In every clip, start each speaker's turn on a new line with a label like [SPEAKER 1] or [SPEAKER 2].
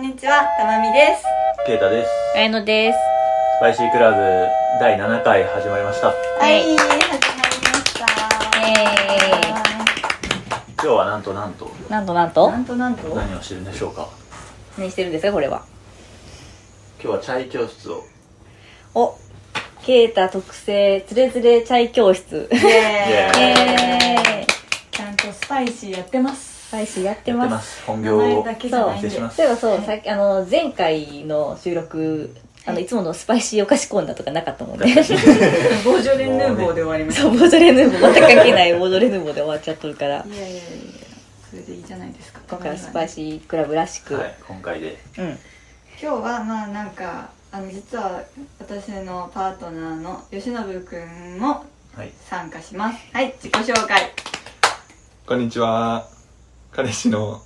[SPEAKER 1] にちは、たまみです。
[SPEAKER 2] ケイタです。
[SPEAKER 3] あやのです。
[SPEAKER 2] スパイシークラブ第7回始まりました。
[SPEAKER 1] は、
[SPEAKER 3] はいい
[SPEAKER 1] 始まりました。
[SPEAKER 3] イエ
[SPEAKER 2] 今日はなんとなんと
[SPEAKER 3] なんとなんと
[SPEAKER 1] なんとなんと、
[SPEAKER 2] 何をしてるんでしょうか。
[SPEAKER 3] 何してるんですかこれは。
[SPEAKER 2] 今日はチャイ教室を。
[SPEAKER 3] お、ケータ特製つれづれチャイ教室。
[SPEAKER 1] イエ
[SPEAKER 3] イ
[SPEAKER 1] ーイ
[SPEAKER 3] エーイ。
[SPEAKER 1] ちゃんとスパイシーやってます。
[SPEAKER 3] 最初やって
[SPEAKER 2] やって
[SPEAKER 3] ま。
[SPEAKER 2] ますす。本
[SPEAKER 1] 名
[SPEAKER 2] 業
[SPEAKER 1] 前
[SPEAKER 2] を。
[SPEAKER 1] だけじゃないんで。
[SPEAKER 2] そう
[SPEAKER 3] そういえばそう、
[SPEAKER 1] はい
[SPEAKER 3] さっきあの前回の収録あの、
[SPEAKER 1] はい
[SPEAKER 3] い、つものスパイシーお菓子コーナーとかなかったもんね。
[SPEAKER 1] ボージョレ・ヌーボーで終わりまし
[SPEAKER 3] そうボージョレ・ヌーボーまた関係ないボージョレ・ヌーボーで終わっちゃっとるから
[SPEAKER 1] た。いやいやいやいや、それでいいじゃないですか。
[SPEAKER 3] 今回はスパイ
[SPEAKER 1] シ
[SPEAKER 3] シークラブらしく、
[SPEAKER 2] はい、今回で。
[SPEAKER 3] うん
[SPEAKER 1] ー。今日はまあなんか、あの実は私のパートナーの吉信くんも
[SPEAKER 2] はい。
[SPEAKER 1] 参加します。はい、自己紹介。
[SPEAKER 4] こんにちは。彼氏の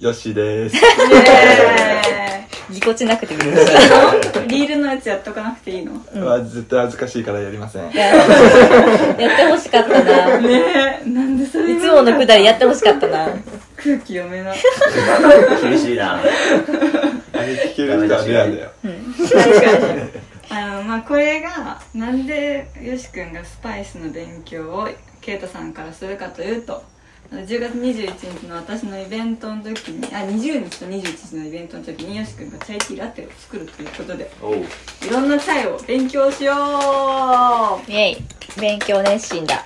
[SPEAKER 4] ヨシです。
[SPEAKER 1] イエ
[SPEAKER 3] ぎこちなくて嬉しい
[SPEAKER 1] ーイ。リールのやつやっとかなくていいの
[SPEAKER 3] うん
[SPEAKER 4] は絶対恥ずかしいからやりません。
[SPEAKER 3] いややってほしかった な
[SPEAKER 1] ねえなんでそれ
[SPEAKER 3] いつものくだりやってほしかったな
[SPEAKER 1] 空気読めな
[SPEAKER 2] 厳しいな。
[SPEAKER 4] あれ聞ける人はレアだよ。
[SPEAKER 1] あのまあこれがなんでよし君がスパイスの勉強をケイタさんからするかというと10月21日の私のイベントの時にあ20日と21日のイベントの時によし君がチャイティーラテを作るということで
[SPEAKER 2] おう。
[SPEAKER 1] いろんなチャイを勉強しよう
[SPEAKER 3] イエイ勉強熱心だ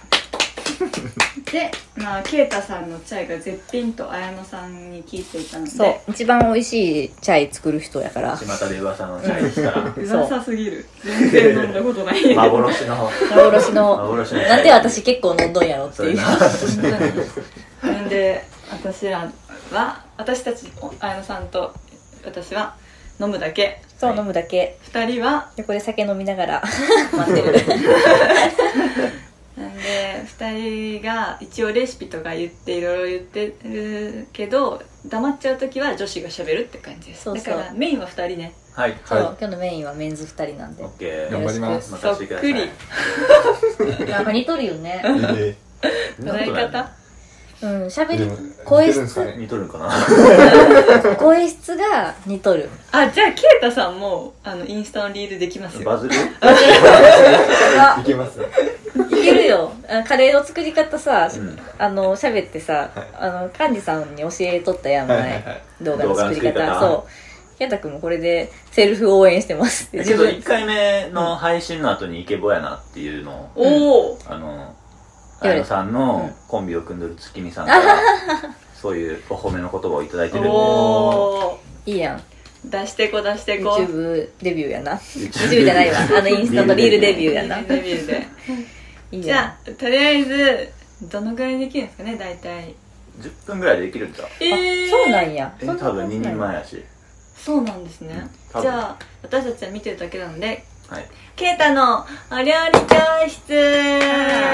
[SPEAKER 1] でまあケイタさんのチャイが絶品と綾乃さんに聞いていたの
[SPEAKER 3] そう
[SPEAKER 1] で
[SPEAKER 3] 一番美味しいチャイ作る人やから
[SPEAKER 2] 巷で噂のチャイですから。
[SPEAKER 1] うざさすぎる全然飲んだことない
[SPEAKER 2] 幻の。
[SPEAKER 3] 幻の
[SPEAKER 2] 幻の
[SPEAKER 3] なんで私結構飲んどんやろって
[SPEAKER 2] そ
[SPEAKER 3] い
[SPEAKER 2] れ
[SPEAKER 3] う
[SPEAKER 2] な。
[SPEAKER 1] なんで私らは私たちお綾乃さんと私は飲むだけ
[SPEAKER 3] そう飲むだけ
[SPEAKER 1] 二人は
[SPEAKER 3] 横で酒飲みながら 待ってる
[SPEAKER 1] なんで二人が一応レシピとか言っていろいろ言ってるけど黙っちゃう時は女子がしゃべるって感じです
[SPEAKER 3] そうそ
[SPEAKER 1] だ
[SPEAKER 3] う
[SPEAKER 1] からメインは二人ね
[SPEAKER 2] はい。
[SPEAKER 3] そう
[SPEAKER 4] は
[SPEAKER 3] 今日のメインはメンズ2人なん
[SPEAKER 2] オ
[SPEAKER 3] で
[SPEAKER 2] ッケ
[SPEAKER 4] 頑
[SPEAKER 2] ー。
[SPEAKER 4] 張ります。
[SPEAKER 1] そ
[SPEAKER 2] 任
[SPEAKER 1] っ
[SPEAKER 2] せてくだ
[SPEAKER 1] く
[SPEAKER 2] さい
[SPEAKER 1] り
[SPEAKER 3] なんか似とるよね
[SPEAKER 4] いいね
[SPEAKER 1] 捉え方
[SPEAKER 3] うん喋
[SPEAKER 4] で
[SPEAKER 3] り
[SPEAKER 4] も
[SPEAKER 3] 声
[SPEAKER 4] 似てるんです
[SPEAKER 3] 質
[SPEAKER 4] かね
[SPEAKER 2] 見とるんかな。
[SPEAKER 3] 声質が似とる
[SPEAKER 1] あじゃあ圭太さんもあのインスタのリールできます
[SPEAKER 2] バ
[SPEAKER 1] よ
[SPEAKER 2] ズる
[SPEAKER 3] あ
[SPEAKER 4] いけます。
[SPEAKER 3] いけるよあカレーの作り方さ、
[SPEAKER 2] うん
[SPEAKER 3] あの喋ってさ、
[SPEAKER 4] はい
[SPEAKER 3] あの幹事さんに教えとったやん前、
[SPEAKER 4] はいはいはい
[SPEAKER 3] 動画の
[SPEAKER 2] 動画の
[SPEAKER 3] 作り方
[SPEAKER 2] 作り方
[SPEAKER 3] そう健太君もこれでセルフ応援してます
[SPEAKER 2] ちょ
[SPEAKER 3] 自
[SPEAKER 2] っと
[SPEAKER 3] 分
[SPEAKER 2] 1回目の配信の後にイケボやなっていうのを。
[SPEAKER 1] おお
[SPEAKER 2] あの、
[SPEAKER 3] 言われた
[SPEAKER 2] あやさんのコンビを組んでる月見さんから、 そういうお褒めの言葉をいただいてる。
[SPEAKER 1] おお
[SPEAKER 3] いいやん
[SPEAKER 1] 出してこ出してこ
[SPEAKER 3] YouTube デビューやな
[SPEAKER 2] YouTube
[SPEAKER 3] YouTube じゃないわあのインスタのリールデビューやな
[SPEAKER 1] デビューで
[SPEAKER 3] いい
[SPEAKER 1] じゃあとりあえずどのぐらいできるんですかね大体
[SPEAKER 2] 10分ぐらいできるんじゃう
[SPEAKER 1] え
[SPEAKER 3] あそうなんや
[SPEAKER 2] え
[SPEAKER 3] そ
[SPEAKER 2] 多
[SPEAKER 3] んなこと
[SPEAKER 2] 分2
[SPEAKER 3] ない
[SPEAKER 2] 人前やし。
[SPEAKER 1] そうなんですね
[SPEAKER 2] 多分
[SPEAKER 1] じゃあ私たちは見てるだけなので
[SPEAKER 2] はい。
[SPEAKER 1] ケイタのお料理教室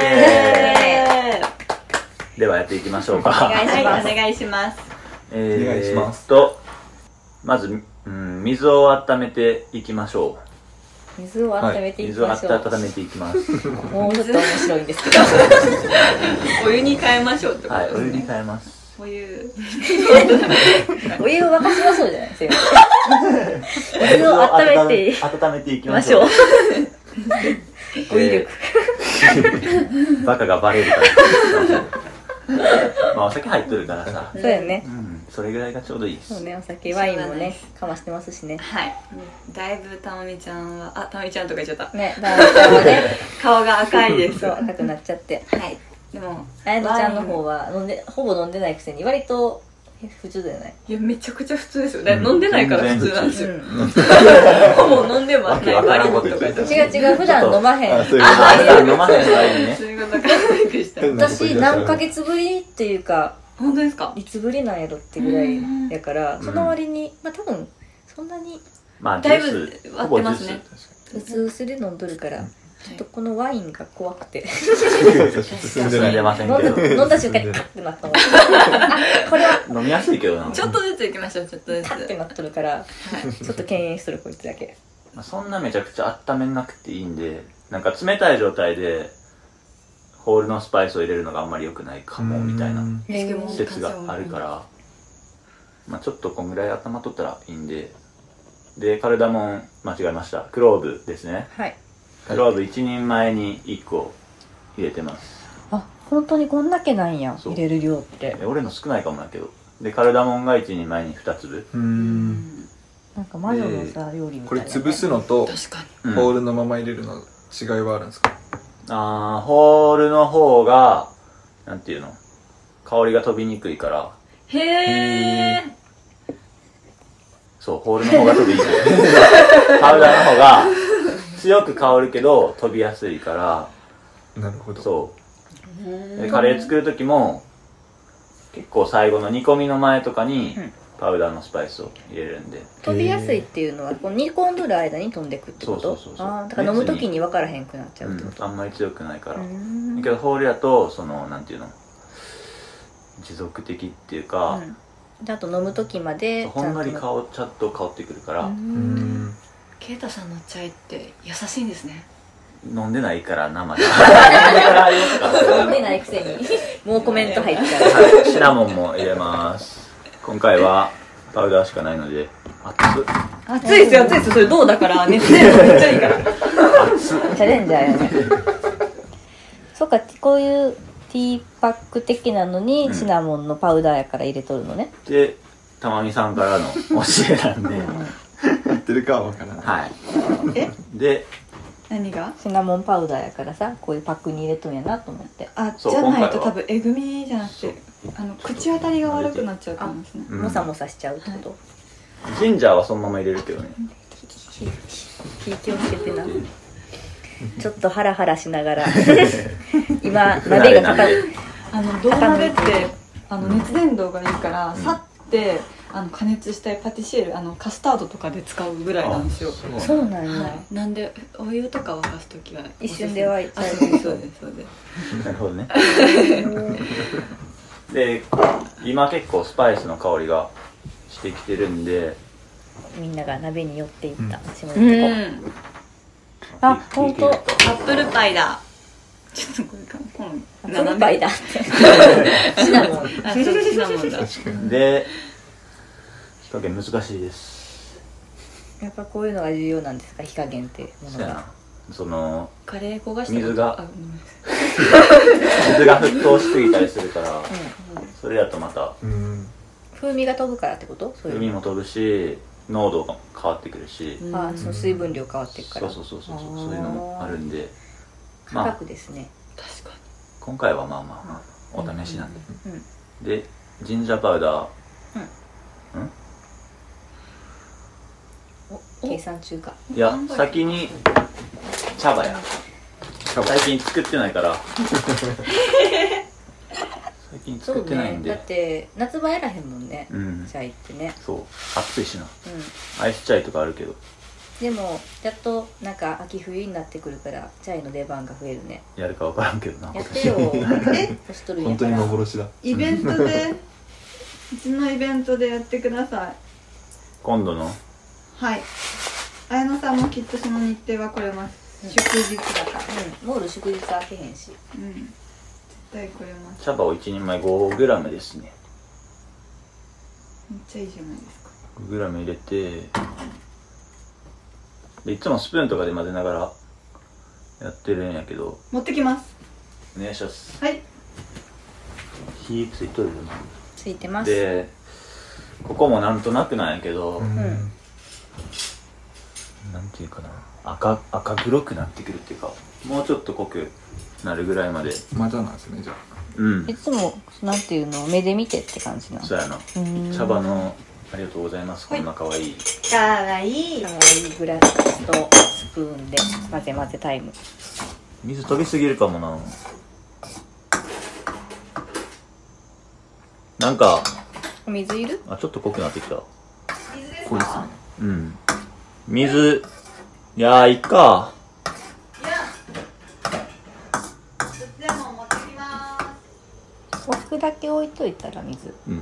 [SPEAKER 2] エではやっていきましょう
[SPEAKER 3] お
[SPEAKER 2] か。
[SPEAKER 3] 願いします
[SPEAKER 1] はいお願いします
[SPEAKER 2] えー
[SPEAKER 4] お願いします
[SPEAKER 2] と、まず、うん、水を温めていきましょ
[SPEAKER 3] 水を温め
[SPEAKER 2] う。
[SPEAKER 3] ていき
[SPEAKER 2] 水を
[SPEAKER 3] ましょう、
[SPEAKER 2] 温めていきます。
[SPEAKER 3] もうちょっと面白いんですけど
[SPEAKER 1] お湯に変えましょうってこ
[SPEAKER 2] はい、
[SPEAKER 1] と
[SPEAKER 2] お
[SPEAKER 1] で
[SPEAKER 2] 湯
[SPEAKER 1] す
[SPEAKER 2] に
[SPEAKER 1] ね
[SPEAKER 2] 変えます。
[SPEAKER 1] お湯
[SPEAKER 3] お湯を沸かしましょうじゃないですかお
[SPEAKER 2] 水
[SPEAKER 3] 湯を温めてい
[SPEAKER 2] 温めていき
[SPEAKER 3] き
[SPEAKER 2] ま
[SPEAKER 3] ま
[SPEAKER 2] し
[SPEAKER 3] し
[SPEAKER 2] ょ
[SPEAKER 3] ょ
[SPEAKER 2] う
[SPEAKER 3] う。語彙
[SPEAKER 2] え
[SPEAKER 3] 力
[SPEAKER 2] ーバカがバレるから。まあお酒入っとるからさ。
[SPEAKER 3] そうやね
[SPEAKER 2] うん、それぐらいがちょうどいいです。
[SPEAKER 3] そうねお酒ワインも
[SPEAKER 1] そうなんで
[SPEAKER 3] ね
[SPEAKER 1] す
[SPEAKER 3] かましてますしね
[SPEAKER 1] はいだいぶたまみちゃんはあたまみちゃんとか言っちゃった
[SPEAKER 3] ね だからもね
[SPEAKER 1] 顔が赤いです
[SPEAKER 3] そう
[SPEAKER 1] は
[SPEAKER 3] 赤くなっちゃって
[SPEAKER 1] いでも
[SPEAKER 3] あやのちゃん
[SPEAKER 1] ワ
[SPEAKER 3] の
[SPEAKER 1] イン
[SPEAKER 3] 方は飲んでほぼ飲んでないくせに割とえ不自然ない
[SPEAKER 1] いやめちゃくちゃ普通ですよだって飲んでないから普通なんですよ、
[SPEAKER 3] う
[SPEAKER 1] ほぼ飲んでもな
[SPEAKER 2] わけ
[SPEAKER 1] い
[SPEAKER 2] わか
[SPEAKER 1] 悪
[SPEAKER 2] らん
[SPEAKER 1] い
[SPEAKER 2] こ
[SPEAKER 1] ことと
[SPEAKER 2] 言
[SPEAKER 1] と
[SPEAKER 2] っ
[SPEAKER 1] か
[SPEAKER 2] て
[SPEAKER 1] 言
[SPEAKER 2] る
[SPEAKER 1] って
[SPEAKER 3] 違う違う普段飲まへ
[SPEAKER 4] あ
[SPEAKER 3] ん
[SPEAKER 4] そういう
[SPEAKER 2] あ、普段飲まへん場合にね
[SPEAKER 1] そう。いうこと考えくした
[SPEAKER 4] 変なこと
[SPEAKER 3] 私
[SPEAKER 4] 言い出した
[SPEAKER 3] 何ヶ月ぶりっていうか
[SPEAKER 1] 本当ですか
[SPEAKER 3] いつぶりなんやろってぐらいやから
[SPEAKER 2] ん
[SPEAKER 3] その割にまあ多分そんなに
[SPEAKER 2] まあ、ジ
[SPEAKER 1] だ
[SPEAKER 2] ュ
[SPEAKER 1] いぶ
[SPEAKER 2] ース、
[SPEAKER 1] 割
[SPEAKER 2] ほ
[SPEAKER 1] っ
[SPEAKER 2] ぼ
[SPEAKER 1] て
[SPEAKER 2] ジ
[SPEAKER 1] ま
[SPEAKER 2] ュ
[SPEAKER 1] すね
[SPEAKER 2] ー
[SPEAKER 3] うつうつで飲んどるからちょっとこのワインが怖くて
[SPEAKER 4] 進ん
[SPEAKER 2] ス。
[SPEAKER 4] で
[SPEAKER 2] 進
[SPEAKER 4] なん
[SPEAKER 2] で
[SPEAKER 4] い。
[SPEAKER 2] ませ
[SPEAKER 3] 飲
[SPEAKER 2] ん
[SPEAKER 3] ん
[SPEAKER 2] けど。
[SPEAKER 3] だ飲んだ瞬間にカッてなっ たもんあこれは
[SPEAKER 2] 飲みやすいけどな。
[SPEAKER 1] ちょっとずついきましょうちょっとずつ
[SPEAKER 3] カッてなっとるからちょっと敬遠しとるこいつだけ
[SPEAKER 2] まあそんなめちゃくちゃ温めなくていいんで、なんか冷たい状態で、ホールのスパイスを入れるのがあんまり良くないかも、みたいな
[SPEAKER 4] うん
[SPEAKER 1] えでも
[SPEAKER 2] 説があるから、まあ、ちょっとこんぐらい頭取ったらいいんででカルダモン間違えましたクローブですね
[SPEAKER 3] はい
[SPEAKER 2] クローブ1人前に1個入れてます
[SPEAKER 3] あ本当にこんだけなんや
[SPEAKER 2] そう
[SPEAKER 3] 入れる量って
[SPEAKER 2] え俺の少ないかもだけどでカルダモンが1人前に2粒
[SPEAKER 4] うーん
[SPEAKER 3] なんか魔女のさ料理みた
[SPEAKER 4] こ
[SPEAKER 3] い
[SPEAKER 4] れ
[SPEAKER 3] な
[SPEAKER 4] 潰すのと
[SPEAKER 1] 確かに
[SPEAKER 2] うん
[SPEAKER 4] ホールのまま入れるの違いはあるんですか
[SPEAKER 2] あーホールの方がなんていうの香りが飛びにくいから
[SPEAKER 1] へえ
[SPEAKER 2] そうホールの方が飛びにくいパウダーの方が強く香るけど飛びやすいから
[SPEAKER 4] なるほど
[SPEAKER 2] そうでカレー作る時も結構最後の煮込みの前とかに
[SPEAKER 3] うん
[SPEAKER 2] パウダーのスパイスを入れるんで
[SPEAKER 3] 飛びやすいっていうのはこう煮込んどる間に飛んでくってこと
[SPEAKER 2] そうそうそうそう
[SPEAKER 3] あーだから飲む時に分からへんくなっちゃうってこ
[SPEAKER 2] うん、あんまり強くないか
[SPEAKER 3] と
[SPEAKER 2] ら、
[SPEAKER 3] う
[SPEAKER 2] だ
[SPEAKER 3] ーん
[SPEAKER 2] けどホールだとそのなんていうの持続的っていうか、
[SPEAKER 3] うんであと飲む時まで
[SPEAKER 2] ほんのり
[SPEAKER 3] ちゃ
[SPEAKER 2] 香ちゃんと香ってくるから、
[SPEAKER 3] んと
[SPEAKER 4] うー
[SPEAKER 3] うーん
[SPEAKER 4] ん
[SPEAKER 1] ケイタさんのチャイって優しいんですね
[SPEAKER 2] 飲んでないから生 で飲んでからよとか
[SPEAKER 3] 飲んでないくせに もうコメント入っちゃう
[SPEAKER 2] はいシナモンも入れます今回はパウダーしかないので熱っ
[SPEAKER 1] 熱いっすよ熱いっすよそれどうだ から熱出るめっちゃいいから
[SPEAKER 3] チャレンジャーやねそっかこういうティーパック的なの
[SPEAKER 2] う
[SPEAKER 3] に
[SPEAKER 2] ん
[SPEAKER 3] シナモンのパウダーやから入れとるのね、
[SPEAKER 2] でたまみさんからの教えなんで
[SPEAKER 4] 合ってるかは分からない
[SPEAKER 2] はい
[SPEAKER 1] え
[SPEAKER 2] で
[SPEAKER 1] 何が
[SPEAKER 3] シナモンパウダーやからさこういうパックに入れとんやなと思って
[SPEAKER 1] あじ
[SPEAKER 2] そう
[SPEAKER 1] ゃないと
[SPEAKER 2] 今回は
[SPEAKER 1] 多分えぐみじゃなく
[SPEAKER 2] そう
[SPEAKER 1] てあの口当たりが悪くなっちゃうと思うんですね
[SPEAKER 2] うん
[SPEAKER 3] もさもさしちゃうってこと、
[SPEAKER 2] ジンジャーはそのまま入れるけどね
[SPEAKER 3] 気気気をつけてなちょっとハラハラし ながら今
[SPEAKER 2] 不慣れ
[SPEAKER 3] 鍋が
[SPEAKER 2] な
[SPEAKER 3] か
[SPEAKER 2] ん
[SPEAKER 3] か
[SPEAKER 2] で
[SPEAKER 1] あの銅鍋ってあの熱伝導がいいから去ってあの加熱したいパティシエールあのカスタードとかで使うぐらいなんですよ
[SPEAKER 2] あそう
[SPEAKER 3] そうなんや、
[SPEAKER 1] はい、なんでお湯とか沸かす時は
[SPEAKER 3] 一瞬で沸いちゃう
[SPEAKER 1] あそうですそうですそうです
[SPEAKER 2] なるほどねで今結構スパイスの香りがしてきてるんで
[SPEAKER 3] みんなが鍋に寄っていった、下のとこ
[SPEAKER 1] うん
[SPEAKER 3] あ
[SPEAKER 2] 火
[SPEAKER 3] ほんと
[SPEAKER 2] 火入れ
[SPEAKER 1] アップルパイだちょっとこれか本
[SPEAKER 3] アップルパイだってシナモン
[SPEAKER 1] あそうシナモンだ
[SPEAKER 4] 確かに
[SPEAKER 2] たで火加減難しいです
[SPEAKER 3] やっぱこういうのが重要なんですか火加減ってもの
[SPEAKER 2] そうや
[SPEAKER 3] が
[SPEAKER 2] なその
[SPEAKER 1] カレー焦がした
[SPEAKER 2] 水が
[SPEAKER 1] あごめんなさい
[SPEAKER 2] 水が沸騰しすぎたりするから
[SPEAKER 3] うん
[SPEAKER 2] それだとまた
[SPEAKER 4] うん
[SPEAKER 3] 風味が飛ぶからってことそういう
[SPEAKER 2] 海も飛ぶし濃度が変わってくるし、
[SPEAKER 1] うん
[SPEAKER 3] あその水分量変わっていくか
[SPEAKER 2] そ
[SPEAKER 3] ら
[SPEAKER 2] うそうそうそう
[SPEAKER 3] あ
[SPEAKER 2] そう
[SPEAKER 3] ー
[SPEAKER 2] いうのもあるんで
[SPEAKER 3] 価格ですね、
[SPEAKER 1] 確か
[SPEAKER 2] 今回はまあまあまあお試しなんで、
[SPEAKER 3] うん
[SPEAKER 2] でジンジャーパウダー
[SPEAKER 1] お
[SPEAKER 3] 計算中か
[SPEAKER 2] いや
[SPEAKER 1] 頑張れ
[SPEAKER 2] 先に茶葉や
[SPEAKER 4] 茶葉
[SPEAKER 2] 最近作ってないから 最近作ってないんで
[SPEAKER 3] だって夏場やらへんもんね、
[SPEAKER 2] うん
[SPEAKER 3] チャイってね
[SPEAKER 2] そう暑いしな
[SPEAKER 3] うん
[SPEAKER 2] アイスチャイとかあるけど
[SPEAKER 3] でもやっとなんか秋冬になってくるからチャイの出番が増えるね
[SPEAKER 2] やるか分からんけどな
[SPEAKER 3] やってよ
[SPEAKER 1] え
[SPEAKER 3] 年取るんや
[SPEAKER 4] 本当
[SPEAKER 3] か
[SPEAKER 4] に
[SPEAKER 3] ら
[SPEAKER 4] 幻だ
[SPEAKER 1] にイベントで うちのイベントでやってください
[SPEAKER 2] 今度の
[SPEAKER 1] はい綾乃さんもきっとその日程は来れます、祝日だから
[SPEAKER 3] うんモール祝日開けへんし
[SPEAKER 1] うん絶対来れます
[SPEAKER 2] 茶葉を1人前 5g ですね
[SPEAKER 1] めっちゃいいじゃないですか
[SPEAKER 2] 5g 入れてでいつもスプーンとかで混ぜながらやってるんやけど
[SPEAKER 1] 持ってきます
[SPEAKER 2] お願いします
[SPEAKER 1] はい
[SPEAKER 2] 火ついとるよな
[SPEAKER 3] ついてます
[SPEAKER 2] でここもなんとなくなんやけど、
[SPEAKER 4] うん
[SPEAKER 2] なんていうかな赤赤黒くなってくるっていうかもうちょっと濃くなるぐらいまで
[SPEAKER 4] まだなんですねじゃ
[SPEAKER 2] うん
[SPEAKER 3] いつもなんていうのを目で見てって感じなの
[SPEAKER 2] そうやな
[SPEAKER 3] うん
[SPEAKER 2] 茶葉のありがとうございますこんな可愛い
[SPEAKER 1] かわいい
[SPEAKER 3] かわいいグラスとスプーンで混ぜ混ぜタイム
[SPEAKER 2] 水飛びすぎるかもななんか
[SPEAKER 3] お水いる
[SPEAKER 2] あちょっと濃くなってきた
[SPEAKER 4] あこれですね
[SPEAKER 2] うん水いやーいっか
[SPEAKER 1] いやどっちでも持ってきま
[SPEAKER 3] 置くだけ置いといたら水
[SPEAKER 2] うん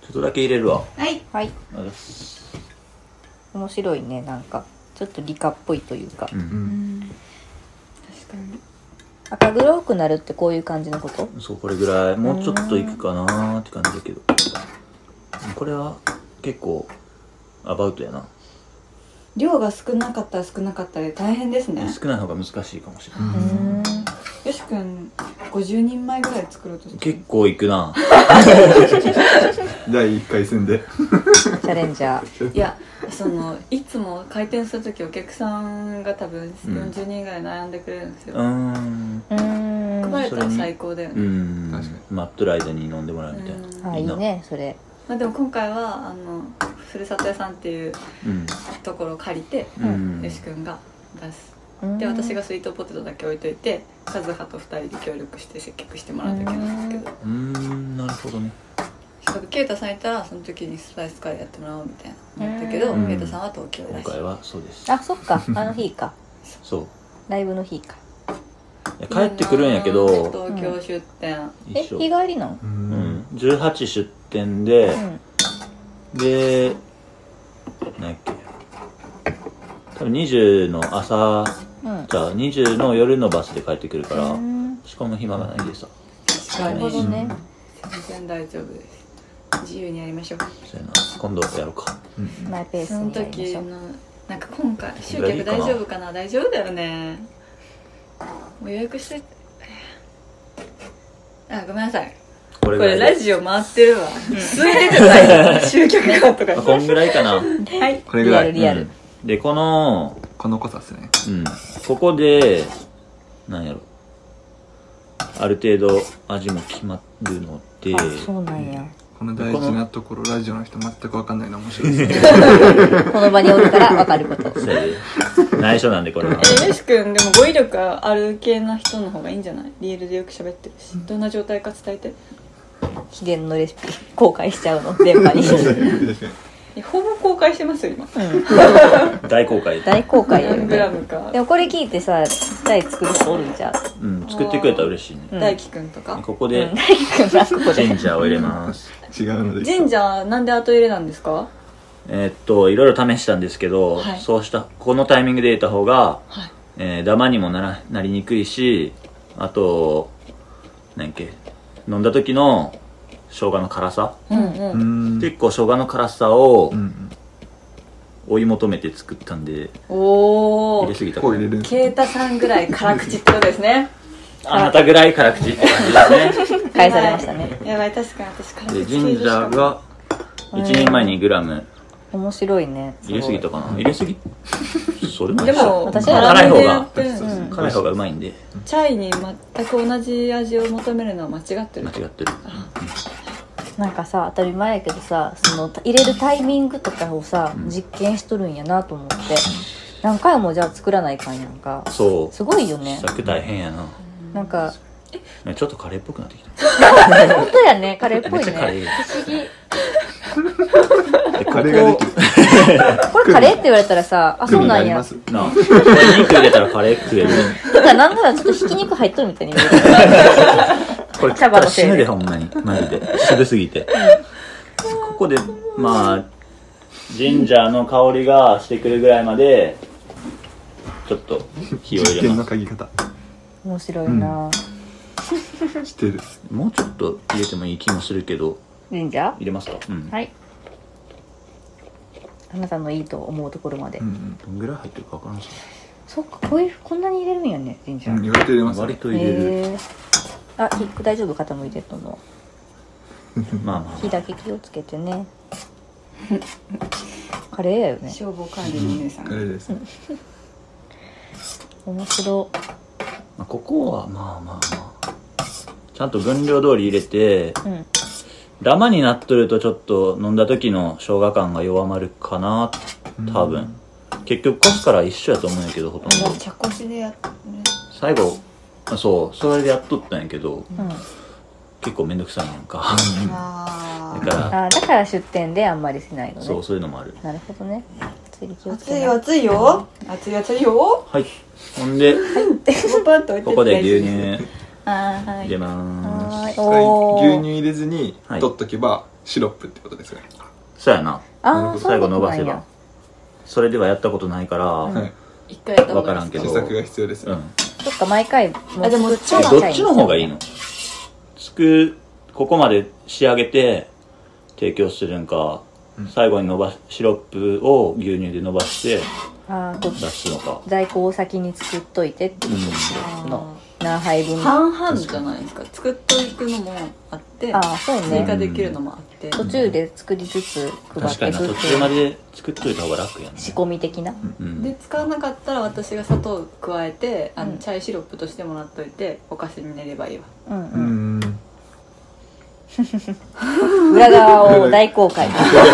[SPEAKER 2] ちょっとだけ入れるわ
[SPEAKER 1] すはい
[SPEAKER 3] はい
[SPEAKER 2] あよし
[SPEAKER 3] 面白いねなんかちょっと理科っぽいというか
[SPEAKER 2] うん
[SPEAKER 4] うん
[SPEAKER 1] 確かに
[SPEAKER 3] 赤黒くなるってこういう感じのこと
[SPEAKER 2] そうこれぐらいもうちょっといくかなーって感じだけどこれは結構アバウトやな
[SPEAKER 1] 量が少なかったら少なかったで大変ですね
[SPEAKER 2] 少ない方が難しいかもしれ
[SPEAKER 3] う
[SPEAKER 2] な
[SPEAKER 3] ーん
[SPEAKER 1] よしくん50人前ぐらい作ろうとし
[SPEAKER 2] い
[SPEAKER 1] てる
[SPEAKER 2] 結構いくな
[SPEAKER 4] 第1回戦で
[SPEAKER 3] チャレンジャー
[SPEAKER 1] いやそのいつも開店する時お客さんが多分
[SPEAKER 2] うん
[SPEAKER 1] 40人ぐらい悩んでくれるんです
[SPEAKER 2] う
[SPEAKER 1] よ、
[SPEAKER 2] ーん
[SPEAKER 3] うーん
[SPEAKER 1] 配れたら最高だよ
[SPEAKER 2] う
[SPEAKER 1] ね、
[SPEAKER 2] ん
[SPEAKER 4] 確かに
[SPEAKER 2] 待っとる間に飲んでもらうみたいな
[SPEAKER 1] うん
[SPEAKER 3] あいいねそれ
[SPEAKER 1] まあ、でも今回はあのふるさと屋さんっていう
[SPEAKER 2] うん
[SPEAKER 1] ところを借りて、
[SPEAKER 2] う
[SPEAKER 1] よ
[SPEAKER 2] ん
[SPEAKER 1] しくんが出すで
[SPEAKER 3] で
[SPEAKER 1] 私がスイートポテトだけ置いといてカズハと2人で協力して接客してもらうだけなんですけど
[SPEAKER 2] うーんなるほどね
[SPEAKER 1] せっかくケイタさんいたらその時にスパイスカレーやってもらおうみたいな思ったけど
[SPEAKER 2] うん
[SPEAKER 1] ケイタさんは東京
[SPEAKER 2] 今
[SPEAKER 1] だし
[SPEAKER 2] 回はそうです
[SPEAKER 3] あそっ かあの日か
[SPEAKER 2] そう
[SPEAKER 3] ライブの日か
[SPEAKER 2] いや帰ってくるんやけど
[SPEAKER 1] 東京出店
[SPEAKER 3] え
[SPEAKER 2] 一
[SPEAKER 3] 日
[SPEAKER 2] 緒
[SPEAKER 3] 帰りなん
[SPEAKER 2] うん、18出店で、で何やっけ多分20の朝
[SPEAKER 3] うんうん
[SPEAKER 2] じゃあ20の夜のバスで帰ってくるから、
[SPEAKER 3] うん
[SPEAKER 2] 仕込む暇がないでさ
[SPEAKER 1] 確
[SPEAKER 3] な
[SPEAKER 1] かに
[SPEAKER 3] るほどね
[SPEAKER 1] 全然大丈夫です自由にやりましょう
[SPEAKER 2] そうやな今度やろうか
[SPEAKER 3] マイペース
[SPEAKER 1] その
[SPEAKER 3] にやりま
[SPEAKER 1] 時
[SPEAKER 3] しょう
[SPEAKER 1] のなんか今回集客大丈夫かな大丈夫だよねもう予約してあごめんなさい
[SPEAKER 2] これ
[SPEAKER 1] これラジオ回ってるわ数いて集客がとか
[SPEAKER 2] オこんぐらいかな
[SPEAKER 3] はい
[SPEAKER 4] これぐらい
[SPEAKER 3] リアルリアル、
[SPEAKER 2] うんでこの
[SPEAKER 4] この濃さですね
[SPEAKER 2] うんここでなんやろある程度味も決まるので
[SPEAKER 3] あそうなんや
[SPEAKER 4] この大事なところラジオの人全く分かんないの面白いですね
[SPEAKER 3] この場におるから分かること
[SPEAKER 2] そうやで内緒なんでこれは
[SPEAKER 1] えよしくんでも語彙力ある系な人の方がいいんじゃないリールでよく喋ってるしどんな状態か伝えて
[SPEAKER 3] 秘伝のレシピ公開しちゃうの電波に、
[SPEAKER 4] 確かに
[SPEAKER 1] えほぼ公開してますよ今
[SPEAKER 3] うん、
[SPEAKER 2] 大公開
[SPEAKER 3] 大公開やよ
[SPEAKER 1] 何 グラ
[SPEAKER 3] ね
[SPEAKER 1] ムか
[SPEAKER 3] でもこれ聞いてさ大作る人おるんじゃん
[SPEAKER 2] うん作ってくれたら嬉しいね
[SPEAKER 3] うん
[SPEAKER 1] 大輝くんとか
[SPEAKER 2] ここで
[SPEAKER 3] うん大輝くんがここ
[SPEAKER 2] ジン
[SPEAKER 3] で
[SPEAKER 2] ジャーを入れます
[SPEAKER 4] 違うので
[SPEAKER 1] 神社なんで後入れなんですか
[SPEAKER 2] えーっといろいろ試したんですけど、
[SPEAKER 1] はい
[SPEAKER 2] そうしたこのタイミングで入れた方が、
[SPEAKER 1] はい
[SPEAKER 2] えーダマにもならなりにくいしあと何やっけ飲んだ時の生姜の辛さ、
[SPEAKER 1] うん
[SPEAKER 4] う
[SPEAKER 1] うん
[SPEAKER 4] ん
[SPEAKER 2] 結構生姜の辛さを
[SPEAKER 4] うん
[SPEAKER 2] 追い求めて作ったんで
[SPEAKER 1] お
[SPEAKER 2] 入
[SPEAKER 1] お
[SPEAKER 2] れすぎた
[SPEAKER 4] こう入れるんです
[SPEAKER 1] ケイタさんぐらい辛口ってことですね
[SPEAKER 2] あなたぐらい辛口って感じですね
[SPEAKER 3] 返されましたね
[SPEAKER 1] やばい確かに私辛口
[SPEAKER 2] でジンジャーが1人前 2g
[SPEAKER 3] 面白いね
[SPEAKER 2] 入れすぎたかな入れすぎそれも
[SPEAKER 1] でも
[SPEAKER 3] 私は
[SPEAKER 2] 辛い方
[SPEAKER 1] や
[SPEAKER 2] が
[SPEAKER 1] ってる
[SPEAKER 3] うん
[SPEAKER 2] 辛い方がうまいんで
[SPEAKER 1] チャイに全く同じ味を求めるのは間違ってる
[SPEAKER 2] 間違ってる
[SPEAKER 3] なんかさ当たり前やけどさその入れるタイミングとかをさ実験しとるんやなと思って何回もじゃあ作らないかんやんか
[SPEAKER 2] そう
[SPEAKER 3] すごいよね
[SPEAKER 2] 作大変やな、
[SPEAKER 3] なんか
[SPEAKER 2] ねちょっとカレーっぽくなってきた
[SPEAKER 3] 本当やねカレーっぽ
[SPEAKER 2] め
[SPEAKER 3] い
[SPEAKER 2] っちゃカ
[SPEAKER 3] ね
[SPEAKER 2] レー
[SPEAKER 3] 不思議
[SPEAKER 4] カレーができ
[SPEAKER 3] これカレーって言われたらさあ
[SPEAKER 4] る
[SPEAKER 3] そうなん
[SPEAKER 4] り
[SPEAKER 3] や
[SPEAKER 4] ます
[SPEAKER 2] なあこれ肉入れたらカレー食える
[SPEAKER 3] だからなんならちょっとひき肉入っとるみたいに見える
[SPEAKER 2] これ食
[SPEAKER 3] 茶
[SPEAKER 2] った
[SPEAKER 3] 葉
[SPEAKER 2] ら
[SPEAKER 3] のせい
[SPEAKER 2] 死
[SPEAKER 3] で
[SPEAKER 2] ぬでほんまにマジですぐすぎてここでまあジンジャーの香りがしてくるぐらいまでちょっと火を入
[SPEAKER 4] 実
[SPEAKER 2] れ
[SPEAKER 4] 験
[SPEAKER 2] ま
[SPEAKER 4] の
[SPEAKER 2] す
[SPEAKER 4] 嗅ぎ方
[SPEAKER 3] 面白いな
[SPEAKER 4] してる
[SPEAKER 2] もうちょっと入れてもいい気もするけど
[SPEAKER 3] 忍者
[SPEAKER 2] 入れますかうん
[SPEAKER 3] はいあなたのいいと思うところまで
[SPEAKER 4] うん
[SPEAKER 2] どんぐらい入ってるか分からんし
[SPEAKER 3] そっかこういうこんなに入れるんやね忍者
[SPEAKER 4] うん言われて入れます
[SPEAKER 2] 割と入れる
[SPEAKER 3] へえあひ大丈夫傾いてたの
[SPEAKER 2] まあま
[SPEAKER 3] 火だけ気をつけて ねカレーやよね
[SPEAKER 1] 消防管理のお姉さん
[SPEAKER 4] カレーです
[SPEAKER 3] 面白
[SPEAKER 2] あまあここはまあまあまあちゃんと分量通り入れて
[SPEAKER 3] うん
[SPEAKER 2] ダマになっとるとちょっと飲んだ時の生姜感が弱まるかな多分結局コスから一緒やと思うんやけどほとんど
[SPEAKER 1] 茶こしでやってね
[SPEAKER 2] 最後そうそれでやっとったんやけど
[SPEAKER 3] うん
[SPEAKER 2] 結構めんどくさいやんか
[SPEAKER 1] あ
[SPEAKER 2] だ
[SPEAKER 1] ー
[SPEAKER 2] か
[SPEAKER 3] あだから出店であんまりしないの
[SPEAKER 2] ら
[SPEAKER 3] ね
[SPEAKER 2] そうそういうのもある
[SPEAKER 3] なるほどねついに気をつ
[SPEAKER 1] 熱
[SPEAKER 3] け
[SPEAKER 1] い
[SPEAKER 3] て
[SPEAKER 1] よ熱いよ熱い熱いよ
[SPEAKER 2] はいほんで
[SPEAKER 1] パッと置いて
[SPEAKER 2] ここで牛乳
[SPEAKER 1] あーは
[SPEAKER 2] 入
[SPEAKER 1] い
[SPEAKER 2] れま
[SPEAKER 3] は
[SPEAKER 2] ー
[SPEAKER 3] ーい
[SPEAKER 2] す
[SPEAKER 3] お
[SPEAKER 4] はい
[SPEAKER 3] ー
[SPEAKER 4] 牛乳入れずに
[SPEAKER 2] はい
[SPEAKER 4] 取っとけばシロップってことですよね
[SPEAKER 2] そうやな
[SPEAKER 3] あーそうい
[SPEAKER 2] 最
[SPEAKER 3] う
[SPEAKER 2] 後
[SPEAKER 3] こと
[SPEAKER 2] 伸ば
[SPEAKER 3] な
[SPEAKER 2] せ
[SPEAKER 3] ん
[SPEAKER 2] ば
[SPEAKER 3] や
[SPEAKER 2] それではやったことないから
[SPEAKER 4] はい
[SPEAKER 1] 一回やった方
[SPEAKER 2] わか
[SPEAKER 1] が
[SPEAKER 2] ら
[SPEAKER 1] い
[SPEAKER 2] ん
[SPEAKER 1] い
[SPEAKER 2] け
[SPEAKER 1] です
[SPEAKER 2] どう
[SPEAKER 4] 試作が必要ですね
[SPEAKER 2] ん
[SPEAKER 3] そっか毎回もう
[SPEAKER 5] あでも
[SPEAKER 3] 作
[SPEAKER 5] そうなん
[SPEAKER 2] ど
[SPEAKER 5] だ
[SPEAKER 2] っちの方がいいの作ここまで仕上げて提供するんか、最後に伸ばしシロップを牛乳で伸ばして
[SPEAKER 3] あーこ
[SPEAKER 2] 出すのか
[SPEAKER 3] う在庫を先に作っといてって
[SPEAKER 2] うん
[SPEAKER 1] あ
[SPEAKER 3] 何杯分
[SPEAKER 1] ー
[SPEAKER 3] あ
[SPEAKER 1] 半々じゃないですか作っといくのもあって
[SPEAKER 3] あーそう
[SPEAKER 1] 追
[SPEAKER 3] ね
[SPEAKER 1] 加できるのもあって、
[SPEAKER 3] 途中で作りつつ配っ
[SPEAKER 2] 確か
[SPEAKER 3] てい
[SPEAKER 2] にな
[SPEAKER 3] く
[SPEAKER 2] 途
[SPEAKER 3] って
[SPEAKER 2] 中
[SPEAKER 3] い
[SPEAKER 2] ま
[SPEAKER 3] う
[SPEAKER 2] で作っといた方が楽やね
[SPEAKER 3] 仕込み的な
[SPEAKER 2] うん
[SPEAKER 1] で使わなかったら私が砂糖を加えてあの、
[SPEAKER 3] うん
[SPEAKER 1] チャイシロップとしてもらっといてお菓子に寝ればいいわ
[SPEAKER 3] うん
[SPEAKER 4] う
[SPEAKER 3] うん
[SPEAKER 4] ん
[SPEAKER 3] 裏側を大公開
[SPEAKER 4] いろん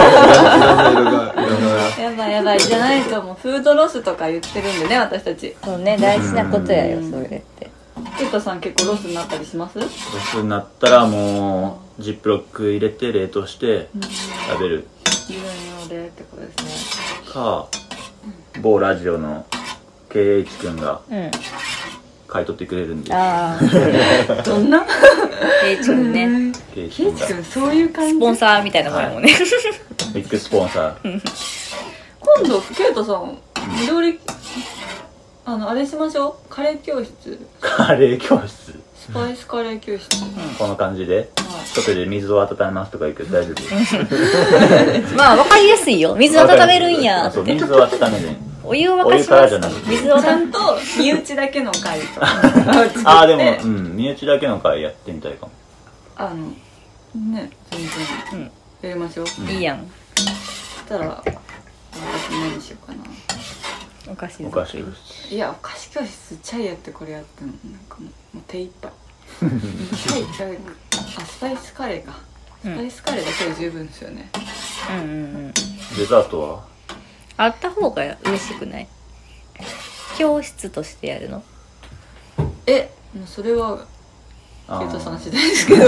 [SPEAKER 4] な色がいろ
[SPEAKER 1] や
[SPEAKER 4] んな
[SPEAKER 1] ばいやばいじゃないともうフードロスとか言ってるんでね私たち
[SPEAKER 3] そうね大事なことやよ
[SPEAKER 1] うん
[SPEAKER 3] それって
[SPEAKER 1] ケイトさん結構ロスになったりします
[SPEAKER 2] そうなったらもうジップロック入れて冷凍して食べる
[SPEAKER 1] 自分用でってことですね
[SPEAKER 2] か某ラジオの KH 君が
[SPEAKER 3] うん
[SPEAKER 2] 買い取ってくれるんで
[SPEAKER 3] ああ
[SPEAKER 1] どんな
[SPEAKER 3] 平地君ね
[SPEAKER 2] KH
[SPEAKER 1] ケイ
[SPEAKER 2] 君
[SPEAKER 1] チ
[SPEAKER 2] が
[SPEAKER 1] 君そういう感じ
[SPEAKER 3] スポンサーみたいなもんやもんね
[SPEAKER 2] ビッグスポンサー
[SPEAKER 1] 今度ケイトさん料理あのあれしましょうカレー教室
[SPEAKER 2] カレー教室
[SPEAKER 1] スパイスカレー教室
[SPEAKER 2] この感じで外で水を温めますとか言うけど大丈夫
[SPEAKER 3] まあわかりやすいよ水温めるんや
[SPEAKER 2] そう水を温めるん
[SPEAKER 3] お湯を
[SPEAKER 2] お
[SPEAKER 3] 沸か
[SPEAKER 2] 湯
[SPEAKER 3] し
[SPEAKER 2] から
[SPEAKER 3] ま
[SPEAKER 2] じゃ
[SPEAKER 3] す
[SPEAKER 2] なくて
[SPEAKER 3] 水を
[SPEAKER 1] ちゃ
[SPEAKER 3] 温め
[SPEAKER 1] んと身内だけの会と か
[SPEAKER 2] ああでもうん身内だけの会やってみたいかも
[SPEAKER 1] あのね全然、
[SPEAKER 3] うん
[SPEAKER 1] やりましょうそ
[SPEAKER 3] いいやん
[SPEAKER 1] したら私何しようかな
[SPEAKER 3] おかしい
[SPEAKER 2] お菓子
[SPEAKER 1] いやお菓子教室チャイやってこれやってもなんかもうもう手一杯チャイチャイあスパイスカレーか
[SPEAKER 3] うん
[SPEAKER 1] スパイスカレーだけで十分ですよね、
[SPEAKER 3] うんうんうん
[SPEAKER 2] デザートは
[SPEAKER 3] あった方が嬉しくない教室としてやるの
[SPEAKER 1] えもうそれは
[SPEAKER 2] あ
[SPEAKER 1] ケイトさん
[SPEAKER 2] ー
[SPEAKER 1] 次第ですけど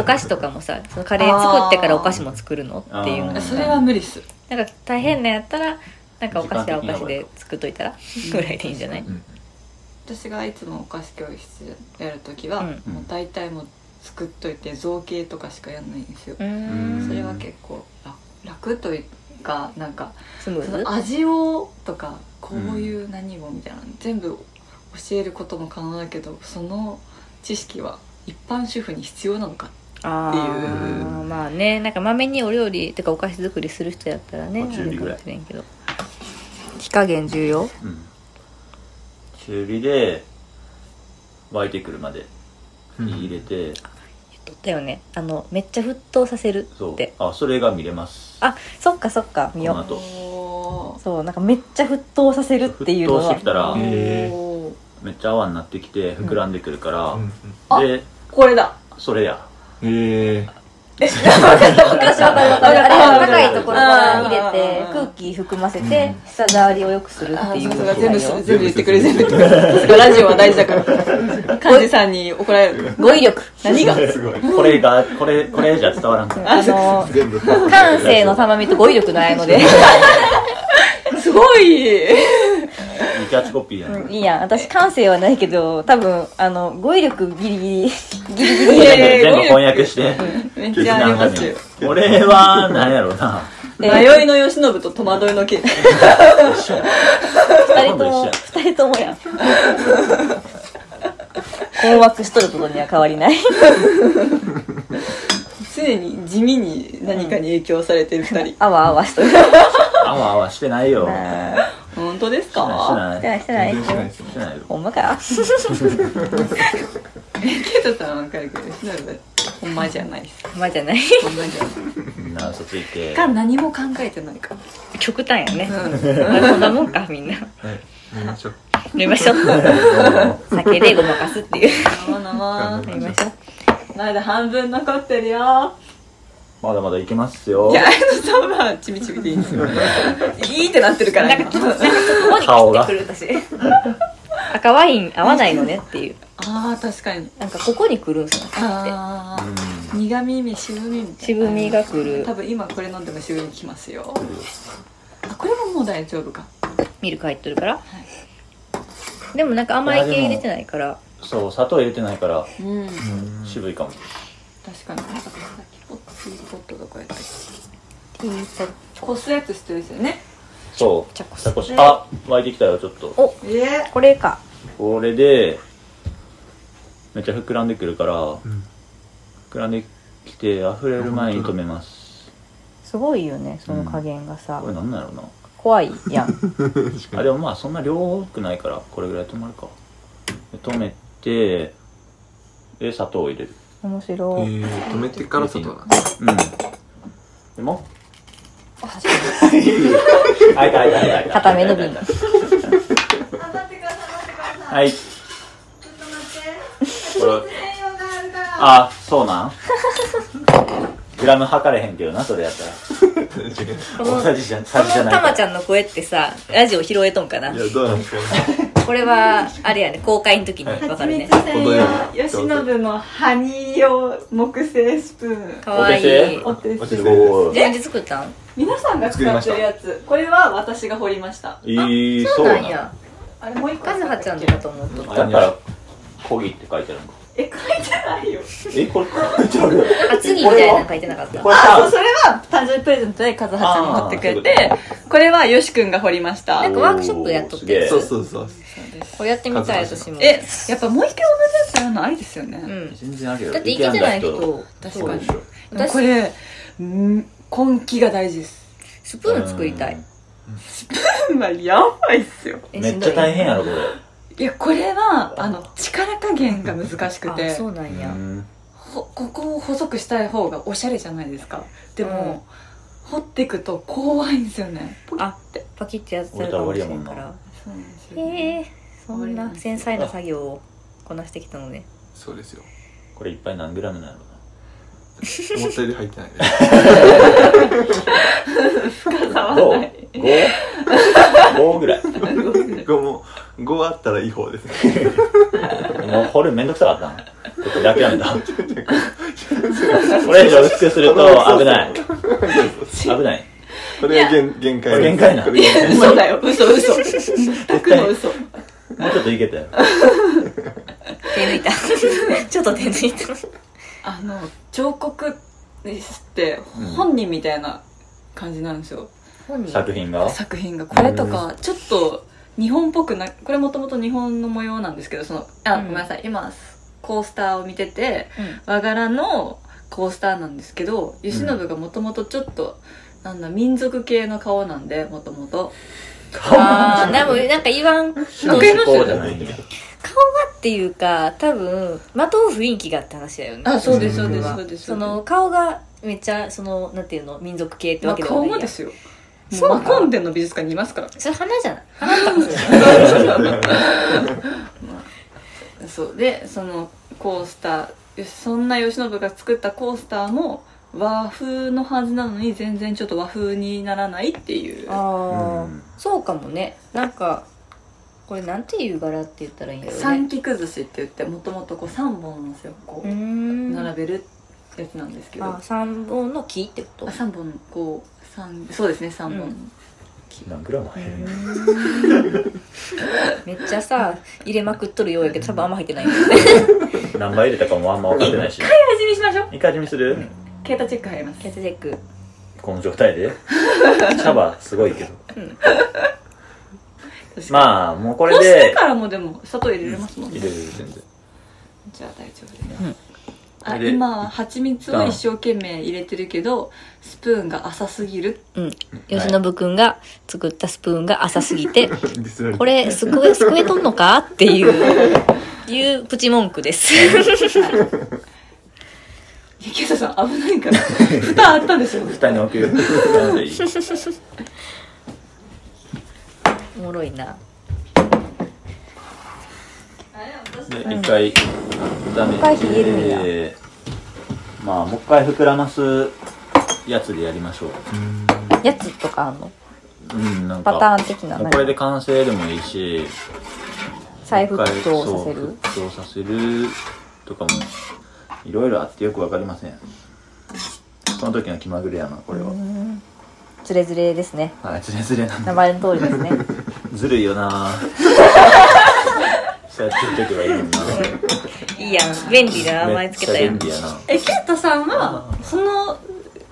[SPEAKER 3] お菓子とかもさそのカレー作ってからお菓子も作るの
[SPEAKER 2] あー
[SPEAKER 3] っていうの
[SPEAKER 2] あー
[SPEAKER 1] それは無理っす
[SPEAKER 3] なんか大変なんやったらなんかお菓子はお菓子で作っといたらぐらいでいいんじゃない
[SPEAKER 1] 私がいつもお菓子教室やるときは、
[SPEAKER 3] うん
[SPEAKER 1] もう大体もう作っといて造形とかしかやんないんですよ
[SPEAKER 3] う、ーん
[SPEAKER 1] それは結構楽楽というかなんか
[SPEAKER 3] スムー
[SPEAKER 1] そ
[SPEAKER 3] ズ
[SPEAKER 1] の味をとかこういう何をみたいな、全部教えることも可能だけどその知識は一般主婦に必要なのか
[SPEAKER 3] ああまあねなんかまめにお料理とかお菓子作りする人やったらね
[SPEAKER 2] まあ中火ぐらい
[SPEAKER 3] いいかもしれんけど火加減重要
[SPEAKER 2] うん中火で沸いてくるまで入れて
[SPEAKER 3] 言っとったよねあのめっちゃ沸騰させる
[SPEAKER 2] そう
[SPEAKER 3] って
[SPEAKER 2] あそれが見れます
[SPEAKER 3] あそっかそっか見よ
[SPEAKER 2] あ
[SPEAKER 3] う
[SPEAKER 2] と
[SPEAKER 1] おー
[SPEAKER 3] そうなんかめっちゃ沸騰させるっていう
[SPEAKER 2] 沸
[SPEAKER 3] の
[SPEAKER 2] 騰し
[SPEAKER 3] は
[SPEAKER 2] てきたら
[SPEAKER 4] へ
[SPEAKER 1] おー
[SPEAKER 2] めっちゃ泡になってきて膨らんでくるから、
[SPEAKER 1] うん
[SPEAKER 2] で
[SPEAKER 1] これだ
[SPEAKER 2] それや
[SPEAKER 4] え
[SPEAKER 3] 昔わかるわかるあれ
[SPEAKER 1] あー
[SPEAKER 3] 高いところから入れて
[SPEAKER 1] あー
[SPEAKER 3] 空気含ませて舌触りを良くする
[SPEAKER 1] あ
[SPEAKER 3] ってい
[SPEAKER 1] ー
[SPEAKER 3] う
[SPEAKER 1] さす
[SPEAKER 3] のが
[SPEAKER 1] が全部全
[SPEAKER 3] よ
[SPEAKER 1] 部言ってくれる全部言ってくれるさすがラジオは大事だから幹事さんに怒られる
[SPEAKER 3] 語彙力
[SPEAKER 1] 何が
[SPEAKER 4] すごい
[SPEAKER 2] これがこれこれじゃ伝わらんか
[SPEAKER 3] あの
[SPEAKER 4] 全部
[SPEAKER 3] 感性のたまみと語彙力ないので
[SPEAKER 1] すごい
[SPEAKER 2] いいキャッチコピーやね、
[SPEAKER 3] いいやん私感性はないけど多分あの語彙力ギリギリ
[SPEAKER 2] 全部翻訳して
[SPEAKER 1] めっちゃありますよ
[SPEAKER 2] 俺は何やろうな
[SPEAKER 1] 迷いの慶喜と戸惑いの慶
[SPEAKER 3] 二人
[SPEAKER 2] 今
[SPEAKER 3] と
[SPEAKER 2] 度一緒
[SPEAKER 3] も
[SPEAKER 2] や
[SPEAKER 3] 二人ともやん困惑しとることには変わり ない
[SPEAKER 1] 常に地味に何かに影響されてる二人
[SPEAKER 3] あわあわしとる
[SPEAKER 2] あわあわしてないよし
[SPEAKER 1] 本当です
[SPEAKER 2] てないして
[SPEAKER 1] か
[SPEAKER 2] ない
[SPEAKER 3] してないしてない
[SPEAKER 4] 全然しないですね
[SPEAKER 2] してないよ
[SPEAKER 3] ほんま か
[SPEAKER 1] ケイトさんは分かるけど慶喜ほんまじゃないです
[SPEAKER 3] ほんまじゃない
[SPEAKER 1] ほんまじゃない
[SPEAKER 2] みんな嘘ついて
[SPEAKER 1] か何も考えてないか
[SPEAKER 3] 極端やね
[SPEAKER 1] うん
[SPEAKER 3] まあこんなもんかみんな
[SPEAKER 4] はい見ましょう
[SPEAKER 3] 飲みまし ょう酒でごまかすっていう
[SPEAKER 1] 生生
[SPEAKER 3] 飲みましょう
[SPEAKER 1] まだ半分残ってるよ
[SPEAKER 2] まだまだいけますよ
[SPEAKER 1] いやあのさんはちびちびでいいんですよいいってなってるから今
[SPEAKER 3] ここ
[SPEAKER 2] 顔
[SPEAKER 3] に
[SPEAKER 2] が
[SPEAKER 3] 来てくる私赤ワイン合わないのねっていう
[SPEAKER 1] あー確かに
[SPEAKER 3] なんかここに来るんすよ
[SPEAKER 1] あー
[SPEAKER 2] うん
[SPEAKER 1] 苦味み渋みみたいな
[SPEAKER 3] 渋みが来る
[SPEAKER 1] 多分今これ飲んでも渋みきますよあこれももう大丈夫か
[SPEAKER 3] ミルク入っとるから、でもなんか甘い系入れてないから
[SPEAKER 2] そう砂糖入れてないから
[SPEAKER 1] うん
[SPEAKER 2] 渋いかも
[SPEAKER 1] 確かにさっきポッティーポットとかやったけ
[SPEAKER 3] ティーポット
[SPEAKER 1] どこすやつしてるんですよね
[SPEAKER 2] そう
[SPEAKER 3] じゃあこ
[SPEAKER 2] あ沸いてきたよちょっと
[SPEAKER 1] え
[SPEAKER 3] これか
[SPEAKER 2] これでめっちゃ膨らんでくるから、
[SPEAKER 4] ん
[SPEAKER 2] 膨らんできて溢れる前に止めます
[SPEAKER 3] すごいよねその加減がさ、
[SPEAKER 2] これなんなんやろうな
[SPEAKER 3] 怖いやん
[SPEAKER 2] あでもまあそんな量多くないからこれぐらい止まるかで止めてで砂糖を入れる
[SPEAKER 3] 面
[SPEAKER 4] え
[SPEAKER 3] 白い、
[SPEAKER 4] ー、止めてから外だ
[SPEAKER 2] うんでも あいたあいたあいたあいた
[SPEAKER 3] 固めの瓶
[SPEAKER 2] あいたあいたあ
[SPEAKER 1] 頑
[SPEAKER 2] い
[SPEAKER 1] 張ってください頑張ってくだ
[SPEAKER 2] た
[SPEAKER 1] さい、
[SPEAKER 2] はい
[SPEAKER 1] ちょっと待って
[SPEAKER 2] これ
[SPEAKER 1] 専用があるから
[SPEAKER 2] あそうなんグラム測れへんけどなそれやったら
[SPEAKER 3] この
[SPEAKER 2] 大さじじゃさじじゃない
[SPEAKER 3] た
[SPEAKER 2] か
[SPEAKER 3] ま
[SPEAKER 2] ら
[SPEAKER 3] ちゃんの声ってさラジオ拾えとんかない
[SPEAKER 4] やどうなんですかね
[SPEAKER 3] これはあれやね公開の時に分かる
[SPEAKER 1] 蜂
[SPEAKER 3] ね
[SPEAKER 1] 蜜専用吉信のハニー用木製スプーン
[SPEAKER 3] かわいい
[SPEAKER 2] お
[SPEAKER 1] お手製
[SPEAKER 2] すごい
[SPEAKER 3] 自分で作ったん
[SPEAKER 1] 皆さんが使ってるやつこれは私が掘りました
[SPEAKER 2] えー、
[SPEAKER 3] そうなん
[SPEAKER 2] ん
[SPEAKER 3] や
[SPEAKER 1] あれもう一個
[SPEAKER 3] カズハちゃんとかと思っとった
[SPEAKER 2] だから「こぎ」って書いてあるんか
[SPEAKER 1] え書いてないよ
[SPEAKER 2] えこれ 書いてある
[SPEAKER 3] あ次みたいなの書いてなかった
[SPEAKER 2] これ
[SPEAKER 1] あそう
[SPEAKER 2] さ
[SPEAKER 1] それは誕生日プレゼントでカズハちゃんが買ってくれて
[SPEAKER 2] あ
[SPEAKER 1] これはよしくんが掘りました
[SPEAKER 3] なんかワークショップやっとって
[SPEAKER 2] おーす
[SPEAKER 4] そう
[SPEAKER 2] げ
[SPEAKER 4] そうそう
[SPEAKER 3] これやってみたい私も
[SPEAKER 1] えやっぱもう一回同じやつやるのありですよね、
[SPEAKER 3] う
[SPEAKER 2] え
[SPEAKER 3] ん
[SPEAKER 2] 全然あるよ
[SPEAKER 3] だっていけてない
[SPEAKER 2] 行
[SPEAKER 3] 人
[SPEAKER 2] け
[SPEAKER 1] 確
[SPEAKER 2] そう
[SPEAKER 1] か
[SPEAKER 2] で
[SPEAKER 1] に
[SPEAKER 2] しょ
[SPEAKER 1] でもこれん根気が大事です
[SPEAKER 3] スプーン作りたい
[SPEAKER 1] つ まりやばいっすよ
[SPEAKER 3] え
[SPEAKER 2] めっちゃ大変やろこれ
[SPEAKER 1] いやこれはあの力加減が難し
[SPEAKER 3] しん
[SPEAKER 1] く
[SPEAKER 3] どいあ
[SPEAKER 1] て
[SPEAKER 3] そうなんや
[SPEAKER 2] うん
[SPEAKER 1] ほここを細くしたい方がおしゃれじゃないですかでも、掘っていくと怖いんですよね
[SPEAKER 3] あパキッてやってるかもしれんから
[SPEAKER 1] そうなんですよ、
[SPEAKER 3] へえそんな繊細な作業をこなしてきたのね
[SPEAKER 4] そうですよ
[SPEAKER 2] これいっぱい何グラムなんやろうな
[SPEAKER 4] 思ったより入ってないね
[SPEAKER 2] 五五五ぐらい。
[SPEAKER 4] 5も5あったら違法ですね
[SPEAKER 2] もう掘るめんどくさかったな。ちょっと諦めた。これ以上薄くすると危ない。危ない。
[SPEAKER 4] これが限限界
[SPEAKER 2] 限界な
[SPEAKER 4] これ限界
[SPEAKER 1] 嘘だよ嘘 嘘全くの嘘
[SPEAKER 2] もうちょっといけたよ。
[SPEAKER 3] 手抜いた ちょっと手抜いた
[SPEAKER 1] あの彫刻って本人みたいな感じなんですよ、
[SPEAKER 3] 本人
[SPEAKER 2] 作品が。
[SPEAKER 1] 作品がこれとかちょっと日本っぽくなこれもともと日本の模様なんですけどそのあ、
[SPEAKER 3] うん
[SPEAKER 1] ごめんなさい今コースターを見てて
[SPEAKER 3] うん
[SPEAKER 1] 和柄のコースターなんですけど慶喜がもともとちょっと、なんだ民族系の顔なんでもともと
[SPEAKER 3] ああでもなんか言わん
[SPEAKER 1] わかります
[SPEAKER 2] そうじゃないんだよ。
[SPEAKER 3] っていうか多分まとう雰囲気がって話だよね
[SPEAKER 1] あそうです
[SPEAKER 4] そうです
[SPEAKER 3] 僕は
[SPEAKER 1] そうです
[SPEAKER 3] その顔がめっちゃそのなんていうの民族系って
[SPEAKER 1] ま
[SPEAKER 3] わ
[SPEAKER 1] あ、
[SPEAKER 3] けではな
[SPEAKER 1] 顔
[SPEAKER 3] い
[SPEAKER 1] も
[SPEAKER 3] やん
[SPEAKER 1] ですよも
[SPEAKER 3] そううか
[SPEAKER 1] マコンデの美術館にいますから
[SPEAKER 3] それ花じゃない花とかそうじゃ
[SPEAKER 1] そうでそのコースターよしそんな慶喜が作ったコースターも和風のはずなのに全然ちょっと和風にならないっていう
[SPEAKER 3] ああ、
[SPEAKER 2] うん
[SPEAKER 3] そうかもねなんかこれなんていう柄って言ったらいいんだろう
[SPEAKER 1] 三
[SPEAKER 3] ね
[SPEAKER 1] 木崩しって言ってもともとこう3本なんですよこ
[SPEAKER 3] うー
[SPEAKER 1] うん並べるやつなんですけど、
[SPEAKER 3] あ三本の木っ てこと
[SPEAKER 1] あ三本こう三そうですね三本、
[SPEAKER 3] うん
[SPEAKER 2] 何グラム入るの
[SPEAKER 3] めっちゃさ入れまくっとるようやけど多分あんま入ってないんだよ
[SPEAKER 2] 何倍入れたかもあんま分かってないし。
[SPEAKER 1] 味見しましょう
[SPEAKER 2] 一回味見する
[SPEAKER 1] ケータチェック入ります
[SPEAKER 3] キャッチチェック
[SPEAKER 2] この状態 で。シャバすごいけど。
[SPEAKER 1] あ
[SPEAKER 2] まあ、もうこ
[SPEAKER 1] こ
[SPEAKER 2] れ
[SPEAKER 1] うして
[SPEAKER 2] で。
[SPEAKER 1] からもでも砂糖入れれますもん
[SPEAKER 2] 入
[SPEAKER 1] ね、
[SPEAKER 2] れる全然。
[SPEAKER 1] じゃあ大丈夫です、
[SPEAKER 3] うん
[SPEAKER 1] あ
[SPEAKER 2] で
[SPEAKER 1] 今は蜂蜜を一生懸命入れてるけどスプーンが浅すぎる
[SPEAKER 3] うん吉信くんが作ったスプーンが浅すぎて
[SPEAKER 4] ディスられて
[SPEAKER 3] これすくえすくえとんのかっていう いうプチ文句です
[SPEAKER 1] いやケイタさん危ないから蓋あったんですよ
[SPEAKER 2] 蓋に置 く。なのでいい
[SPEAKER 3] おもろいな
[SPEAKER 2] で一回炒めて、
[SPEAKER 3] 回冷えるんや
[SPEAKER 2] まあもう一回膨らますやつでやりましょう
[SPEAKER 3] やつとかあんの
[SPEAKER 2] うんなんか
[SPEAKER 3] パターン的な
[SPEAKER 2] もう
[SPEAKER 3] 何
[SPEAKER 2] これで完成でもいいし
[SPEAKER 3] 再沸騰させ
[SPEAKER 2] もう
[SPEAKER 3] る
[SPEAKER 2] 一回そう沸騰させるとかもいろいろあってよくわかりませんその時の気まぐれやなこれは、
[SPEAKER 3] ズレズレですね
[SPEAKER 2] はいずれずれなん
[SPEAKER 3] 名
[SPEAKER 2] だ
[SPEAKER 3] 前の通りですね
[SPEAKER 2] ずるいよなそうやって言っとけばいいのにない
[SPEAKER 3] いやん便利な名前つけたや
[SPEAKER 2] めっ
[SPEAKER 3] ん
[SPEAKER 2] ちゃ便利やな
[SPEAKER 1] えケイタさんはその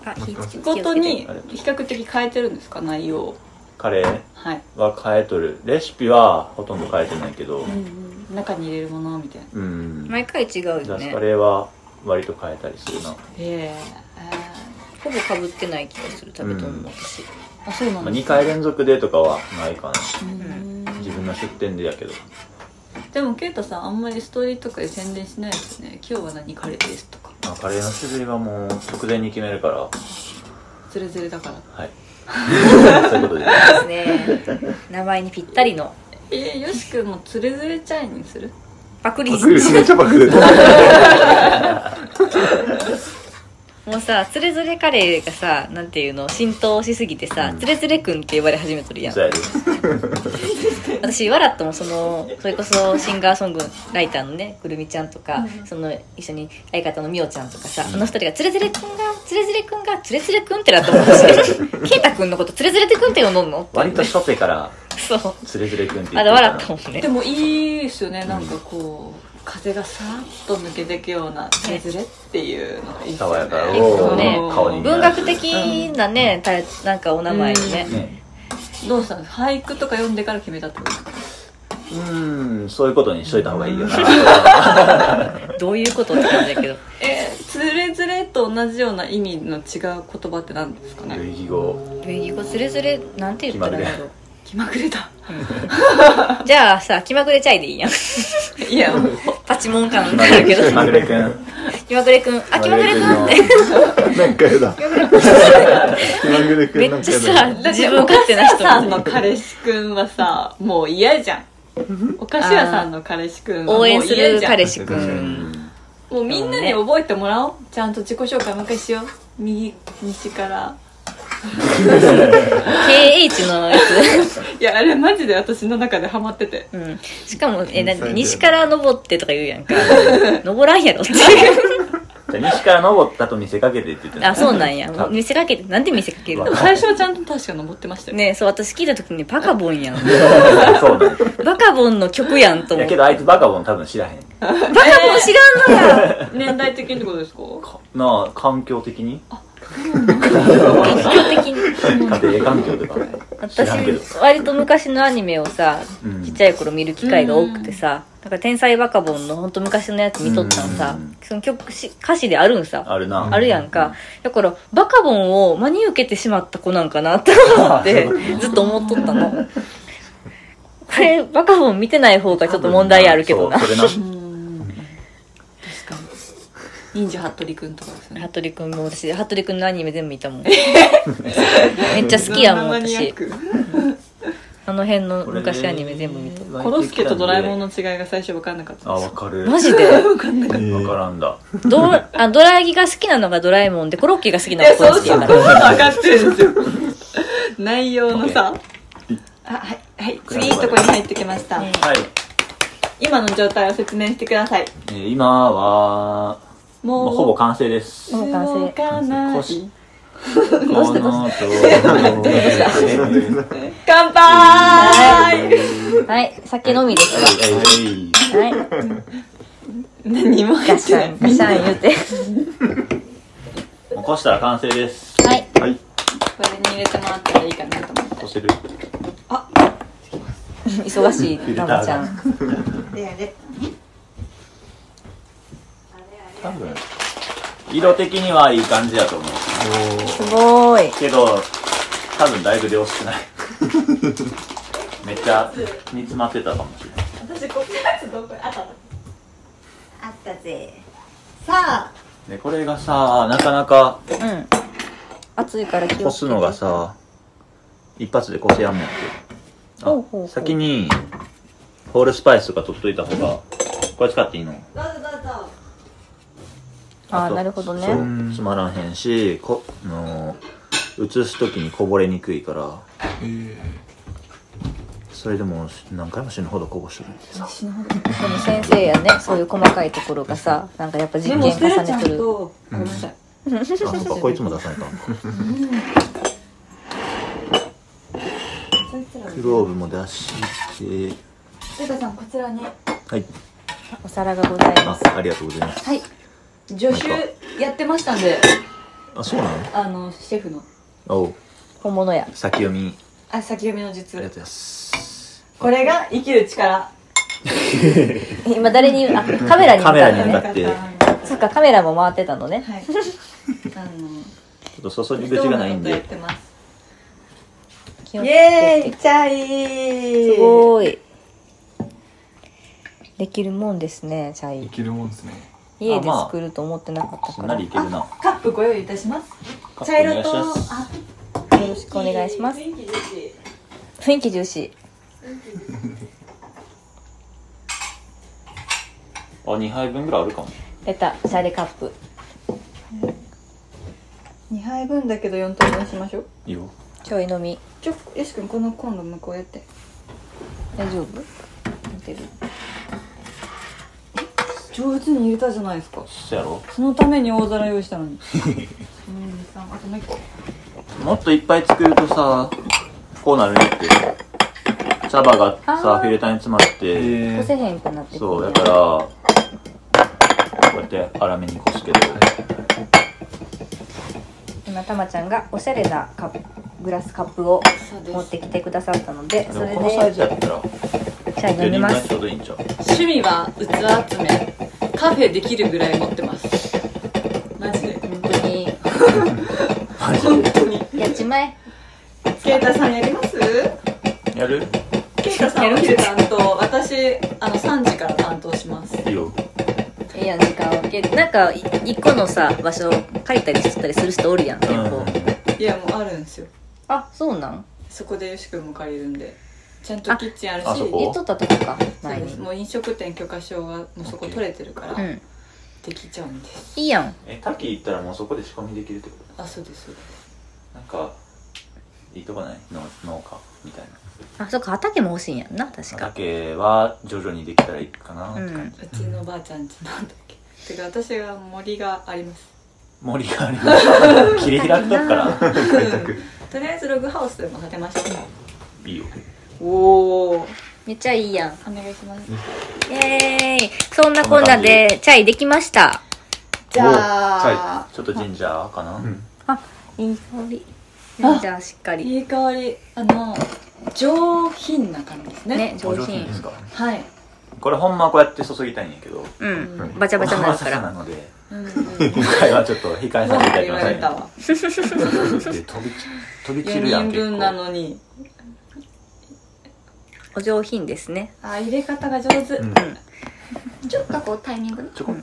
[SPEAKER 3] あ火つけ
[SPEAKER 1] ごとに
[SPEAKER 2] 気をつけて
[SPEAKER 1] 比較的変えてるんですか内容
[SPEAKER 2] カレー
[SPEAKER 1] はい、
[SPEAKER 2] は変えとるレシピはほとんど変えてないけど
[SPEAKER 1] うんうん、中に入れるものみたいな
[SPEAKER 2] うん
[SPEAKER 3] 毎回違う
[SPEAKER 2] ジ
[SPEAKER 3] よ
[SPEAKER 2] ャス
[SPEAKER 3] ね
[SPEAKER 2] カレーは割と変えたりするな、
[SPEAKER 1] ええ
[SPEAKER 3] ほぼかぶってない気がする食べとんの私、
[SPEAKER 1] あそうな
[SPEAKER 2] ま
[SPEAKER 1] ん
[SPEAKER 2] あ、
[SPEAKER 1] で
[SPEAKER 2] 2
[SPEAKER 1] すか、
[SPEAKER 2] 回連続でとかはないかな
[SPEAKER 1] うん
[SPEAKER 2] 自分の出店でやけど
[SPEAKER 1] でもケイタさんあんまりストーリーとかで宣伝しないですよね今日は何カレーですとか
[SPEAKER 2] まあ、カレーの種類はもう直前に決めるから
[SPEAKER 1] ズレズレだから
[SPEAKER 2] はい そういうことで
[SPEAKER 3] です ね名前にぴったりの
[SPEAKER 1] えー、よし君もつれづれチャイにする
[SPEAKER 3] パクリ
[SPEAKER 4] パクるめっちゃパクる
[SPEAKER 3] もうさつれづれカレーがさなんていうの浸透しすぎてさ、
[SPEAKER 2] うん
[SPEAKER 3] つれづれくんって呼ばれ始めとるやん
[SPEAKER 2] そうやで
[SPEAKER 3] 私笑ってもそのそれこそシンガーソングライターのねくるみちゃんとか、その一緒に相方のみおちゃんとかさ、あの二人が「つれづれくんがつれづれくんがつれづれくん」ってなったもんして圭太くんのこと「つれづれてくん」って呼んどんの
[SPEAKER 2] 割と初手から
[SPEAKER 3] そう
[SPEAKER 2] つれづれくんって言って
[SPEAKER 3] まだ笑ったもんね
[SPEAKER 1] でもいいですよねなんかこう風がさーっと抜けていくようなつれづれっていうのがいいですよ
[SPEAKER 2] 爽
[SPEAKER 1] ね
[SPEAKER 2] やかな
[SPEAKER 3] 結構ね
[SPEAKER 2] 顔に
[SPEAKER 3] 文学的なね、たなんかお名前のね、
[SPEAKER 2] ね
[SPEAKER 1] どうしたの俳句とか読んでから決めたってことですか
[SPEAKER 2] うーんそういうことにしといた方がいいよ な
[SPEAKER 3] どういうことって感じだけど
[SPEAKER 1] えー、つれづれと同じような意味の違う言葉って何ですかね
[SPEAKER 2] 類義語
[SPEAKER 3] 類義語つれづれなんて言ったらいいんだろう
[SPEAKER 1] 気まぐれだ
[SPEAKER 3] じゃあさ気まぐれちゃいでいいやん
[SPEAKER 1] い やもう
[SPEAKER 3] パチモン感があるけど
[SPEAKER 2] 気まぐれくん
[SPEAKER 3] 気まぐれくんあ気まぐれくんって
[SPEAKER 4] なんかやだ気まぐれく ん
[SPEAKER 3] め
[SPEAKER 4] な
[SPEAKER 3] っ
[SPEAKER 4] ん
[SPEAKER 3] ちゃ
[SPEAKER 4] かや
[SPEAKER 3] さ
[SPEAKER 4] だ
[SPEAKER 3] 自分勝手な
[SPEAKER 1] お菓子屋さん
[SPEAKER 3] 人
[SPEAKER 1] の彼氏くんはさもう嫌じゃんお菓子屋さんの彼氏くんはも
[SPEAKER 3] 応
[SPEAKER 1] う
[SPEAKER 3] 援する
[SPEAKER 1] 嫌じゃん
[SPEAKER 3] 彼氏くん
[SPEAKER 1] もうみんなに覚えてもらおうちゃんと自己紹介もう一回しよう右西から
[SPEAKER 3] KH のや
[SPEAKER 1] いやあれマジで私の中でハマってて
[SPEAKER 3] つ、うん、しかもえなん
[SPEAKER 4] 天才だ
[SPEAKER 3] で
[SPEAKER 4] よ
[SPEAKER 3] 西から登ってとか言うやんか登らんやろっていう
[SPEAKER 2] じゃあ西から登ったと見せかけてって言ってた
[SPEAKER 3] あそうな んや
[SPEAKER 2] 多分
[SPEAKER 3] 見せかけてなんで見せかける
[SPEAKER 1] でも最初はちゃんと確か登ってましたよ、
[SPEAKER 3] ねえそう私聞いた時にバカボンやん
[SPEAKER 2] そうなんや
[SPEAKER 3] バカボンの曲やんと
[SPEAKER 2] い
[SPEAKER 3] 思
[SPEAKER 2] や
[SPEAKER 3] って
[SPEAKER 2] け
[SPEAKER 3] バ
[SPEAKER 2] どあいつバカボン多分知らへん
[SPEAKER 3] カボン知らんのや
[SPEAKER 1] 年代的にってことですか
[SPEAKER 2] なあ環境的に
[SPEAKER 3] 環境的に
[SPEAKER 2] 家庭環境とか知らんけど
[SPEAKER 3] 私割と昔のアニメをさ、
[SPEAKER 2] うん
[SPEAKER 3] ちっちゃい頃見る機会が多くてさ、だから「天才バカボン」のほんと昔のやつ見とったんさ、
[SPEAKER 2] うん
[SPEAKER 3] その曲し歌詞であるんさあ
[SPEAKER 2] あるな
[SPEAKER 3] るやんか、だからバカボンを真に受けてしまった子なんかなって思ってずっと思っとったのこれバカボン見てない方がちょっと問題あるけどな
[SPEAKER 2] そうそれな
[SPEAKER 1] うん確かに忍者服部くんとかですよね
[SPEAKER 3] 服部君も私服部君のアニメ全部見たもんめっちゃ好きやもん
[SPEAKER 1] マニアッ
[SPEAKER 3] 私
[SPEAKER 1] ク
[SPEAKER 3] あの辺の昔アニメ全部見た
[SPEAKER 1] コロスケとドラえもん
[SPEAKER 2] の
[SPEAKER 1] の違いが最初分かんなかった
[SPEAKER 2] あ
[SPEAKER 1] です
[SPEAKER 2] わかる
[SPEAKER 3] マジで
[SPEAKER 2] わからんだ
[SPEAKER 3] ドあドラギが好きなのがドラえもんでコロッケが好きなの
[SPEAKER 1] え
[SPEAKER 3] がコ
[SPEAKER 1] そ
[SPEAKER 3] ロ
[SPEAKER 1] う
[SPEAKER 3] ッケ
[SPEAKER 1] そこまで
[SPEAKER 3] やから
[SPEAKER 1] 分かってるんですよ内容のさあはいはい次いいとこに入ってきました
[SPEAKER 3] ね
[SPEAKER 2] はい
[SPEAKER 1] 今の状態を説明してください
[SPEAKER 2] えー今はもうほぼ完成です
[SPEAKER 3] もう完成
[SPEAKER 1] 動かない
[SPEAKER 2] 腰この後 は
[SPEAKER 1] 乾杯
[SPEAKER 3] はい酒飲みですわ
[SPEAKER 2] いはい
[SPEAKER 3] はい
[SPEAKER 1] 何も入
[SPEAKER 3] ガ
[SPEAKER 1] って
[SPEAKER 3] シ
[SPEAKER 1] な
[SPEAKER 3] ャ
[SPEAKER 1] い
[SPEAKER 3] ンガシャン言う て
[SPEAKER 2] もうこしたら完成です
[SPEAKER 3] はい
[SPEAKER 4] はい
[SPEAKER 1] これに入れてもらったらいいかなと思っ
[SPEAKER 2] こしてる
[SPEAKER 3] 忙しいママちゃん
[SPEAKER 1] てでで
[SPEAKER 4] 多分
[SPEAKER 2] 色的にはいい感じだと思う
[SPEAKER 3] すごーい
[SPEAKER 2] けど多分だいぶ量少 ないめっちゃ煮詰まってたかもしれない
[SPEAKER 1] 私こっちのやつどこあったの
[SPEAKER 5] あったぜさあ
[SPEAKER 2] でこれがさなかなか
[SPEAKER 3] うん暑いから気
[SPEAKER 2] こ
[SPEAKER 3] をつけ
[SPEAKER 2] す
[SPEAKER 3] て
[SPEAKER 2] のがさ一発でこせやんねんって
[SPEAKER 3] ほうほうほう
[SPEAKER 2] あ先にホールスパイスとか取っといた方がこれ使っていいの
[SPEAKER 5] どうぞどうぞ
[SPEAKER 3] ああ
[SPEAKER 2] と
[SPEAKER 3] なるほどね
[SPEAKER 2] そう
[SPEAKER 4] うん
[SPEAKER 2] つまらへんしこの移す時にこぼれにくいから
[SPEAKER 4] えー
[SPEAKER 2] それでも何回も死ぬほどこぼしてるさ
[SPEAKER 3] でも先生やねそういう細かいところがさなんかやっぱ実験重ねてる
[SPEAKER 1] とごめんなさい
[SPEAKER 2] あそうかこいつも出さないかんか
[SPEAKER 5] そいつら
[SPEAKER 2] クローブも出して
[SPEAKER 5] ゆかさんこちらに
[SPEAKER 2] はい
[SPEAKER 3] お皿がございま
[SPEAKER 2] あ
[SPEAKER 3] す
[SPEAKER 2] ありがとうございます
[SPEAKER 1] はい助手やってましたんで
[SPEAKER 2] あそうなの
[SPEAKER 1] あのシェフの
[SPEAKER 2] おう
[SPEAKER 3] 本物や
[SPEAKER 2] 先読み
[SPEAKER 1] あ先読みの術
[SPEAKER 2] りがとうございます
[SPEAKER 1] これが生きる力
[SPEAKER 3] 今誰に言うあカメラに向
[SPEAKER 2] カ
[SPEAKER 3] かっ
[SPEAKER 2] メラに
[SPEAKER 3] て
[SPEAKER 2] 向か
[SPEAKER 3] ね
[SPEAKER 2] っって
[SPEAKER 1] よかった
[SPEAKER 3] そっかカメラも回ってたのね
[SPEAKER 1] はいあ の
[SPEAKER 2] ちょっと注ぎ口がないん
[SPEAKER 1] どうもことやって
[SPEAKER 2] で
[SPEAKER 1] ます
[SPEAKER 3] 気
[SPEAKER 1] イ
[SPEAKER 3] をつけ
[SPEAKER 1] エー
[SPEAKER 3] て
[SPEAKER 1] イチャイ
[SPEAKER 3] すごいできるもんですねチャ
[SPEAKER 4] い
[SPEAKER 3] イ
[SPEAKER 4] けるもんですね
[SPEAKER 3] 家
[SPEAKER 2] あ
[SPEAKER 3] で
[SPEAKER 2] まあ
[SPEAKER 3] 作ると思ってなかった
[SPEAKER 2] す
[SPEAKER 3] か
[SPEAKER 2] んな
[SPEAKER 3] らよ
[SPEAKER 2] りいけるな
[SPEAKER 1] カップご用意いたします
[SPEAKER 2] カップ
[SPEAKER 1] 茶色
[SPEAKER 2] お
[SPEAKER 1] と
[SPEAKER 2] 願いします
[SPEAKER 1] あ
[SPEAKER 3] ろしくお願いします
[SPEAKER 1] 雰囲気出て
[SPEAKER 3] 雰囲気重視
[SPEAKER 2] あ2杯分ぐらいあるかも
[SPEAKER 3] 出たシャレカップ
[SPEAKER 1] 2杯分だけど4等分しましょう
[SPEAKER 2] いいよ
[SPEAKER 3] ちょい飲み
[SPEAKER 1] ちょよし君このコンロ向こうやって
[SPEAKER 3] 大丈夫見てる
[SPEAKER 1] 上手に入れたじゃないですか
[SPEAKER 2] そやろ
[SPEAKER 1] そのために大皿用意 したのに1 2 3あともう一個
[SPEAKER 2] もっといっぱい作るとさこうなるねって茶葉がさ
[SPEAKER 3] あー
[SPEAKER 2] フィルターに詰まって
[SPEAKER 4] え
[SPEAKER 3] こせへんくなってくる
[SPEAKER 2] そうだからこうやって粗めにこすけど
[SPEAKER 3] 今たまちゃんがおしゃれなカップグラスカップを
[SPEAKER 1] そう
[SPEAKER 3] 持ってきてくださったのでそ
[SPEAKER 2] でも
[SPEAKER 3] れ
[SPEAKER 2] このサイ
[SPEAKER 3] で
[SPEAKER 2] ズやったら
[SPEAKER 3] チャイ
[SPEAKER 2] 4
[SPEAKER 3] 飲み
[SPEAKER 2] 人
[SPEAKER 3] ま
[SPEAKER 2] 前
[SPEAKER 3] す
[SPEAKER 2] ちょうどいいんちゃう
[SPEAKER 1] 趣味は器集めカフェできるぐらい持ってますマジで
[SPEAKER 3] 本当に
[SPEAKER 1] 本当に
[SPEAKER 3] やっちまえ
[SPEAKER 1] ケイタさんやります
[SPEAKER 2] やる
[SPEAKER 1] ケイタさんお昼担当私あの3時から担当します
[SPEAKER 2] いいよ
[SPEAKER 3] いいやん時間を分けてなんかい一個のさ場所を借りたりしとったりする人おるやん結構、
[SPEAKER 1] いやもうあるんですよ
[SPEAKER 3] あそうなん
[SPEAKER 1] そこでよし君も借りるんでちゃんとキッチンあるし
[SPEAKER 2] あそこ
[SPEAKER 3] 言っとったとこか前
[SPEAKER 1] そうで
[SPEAKER 3] に
[SPEAKER 1] すもう飲食店許可証はもうそこ取れてるから
[SPEAKER 3] うん
[SPEAKER 1] できちゃうんです
[SPEAKER 3] いいやん
[SPEAKER 2] え滝行ったらもうそこで仕込みできるってこ
[SPEAKER 1] あそうですそうです
[SPEAKER 2] となんかいいとこないの農家みたい
[SPEAKER 3] あそっか畑も欲しいんやんな確
[SPEAKER 2] な
[SPEAKER 3] か
[SPEAKER 2] 畑は徐々にできたらいいかなって
[SPEAKER 3] う
[SPEAKER 2] 感
[SPEAKER 3] ん
[SPEAKER 2] じ、
[SPEAKER 1] うちのばあちゃんちなんだっけてか私が森があります
[SPEAKER 2] 森がありました 切り開くとくから
[SPEAKER 1] とりあえずログハウスでも建てました
[SPEAKER 2] いいよ
[SPEAKER 1] おおお
[SPEAKER 3] めっちゃいいやん
[SPEAKER 1] 願いします
[SPEAKER 3] イエーイそんなこんなでチャイできました
[SPEAKER 1] じゃあ
[SPEAKER 2] ちょっとジンジャーかな、
[SPEAKER 3] あいい香りじゃあしっかり
[SPEAKER 1] いい香りあの上品な感じですね
[SPEAKER 3] ね
[SPEAKER 2] お
[SPEAKER 3] 上
[SPEAKER 2] 上品
[SPEAKER 3] 品
[SPEAKER 2] ですか
[SPEAKER 1] はい、
[SPEAKER 2] これほんまはこうやって注ぎたいんやけど
[SPEAKER 3] うん、
[SPEAKER 4] うん
[SPEAKER 3] バチャバチャになる
[SPEAKER 2] サ
[SPEAKER 3] か
[SPEAKER 2] サな
[SPEAKER 3] ら
[SPEAKER 2] ので
[SPEAKER 1] うんうん、
[SPEAKER 2] 今回はちょっと控えさせてい
[SPEAKER 1] 言
[SPEAKER 2] ただきま
[SPEAKER 1] われ
[SPEAKER 2] したた
[SPEAKER 1] わ
[SPEAKER 2] で飛び飛び散
[SPEAKER 1] 4
[SPEAKER 2] るやん
[SPEAKER 1] 人
[SPEAKER 2] 結
[SPEAKER 1] 分な
[SPEAKER 2] 構
[SPEAKER 1] のに
[SPEAKER 3] お上品ですね
[SPEAKER 1] あ入れ方が上手、
[SPEAKER 2] うん
[SPEAKER 5] ちょっとこうタイミングね
[SPEAKER 2] ちょこっ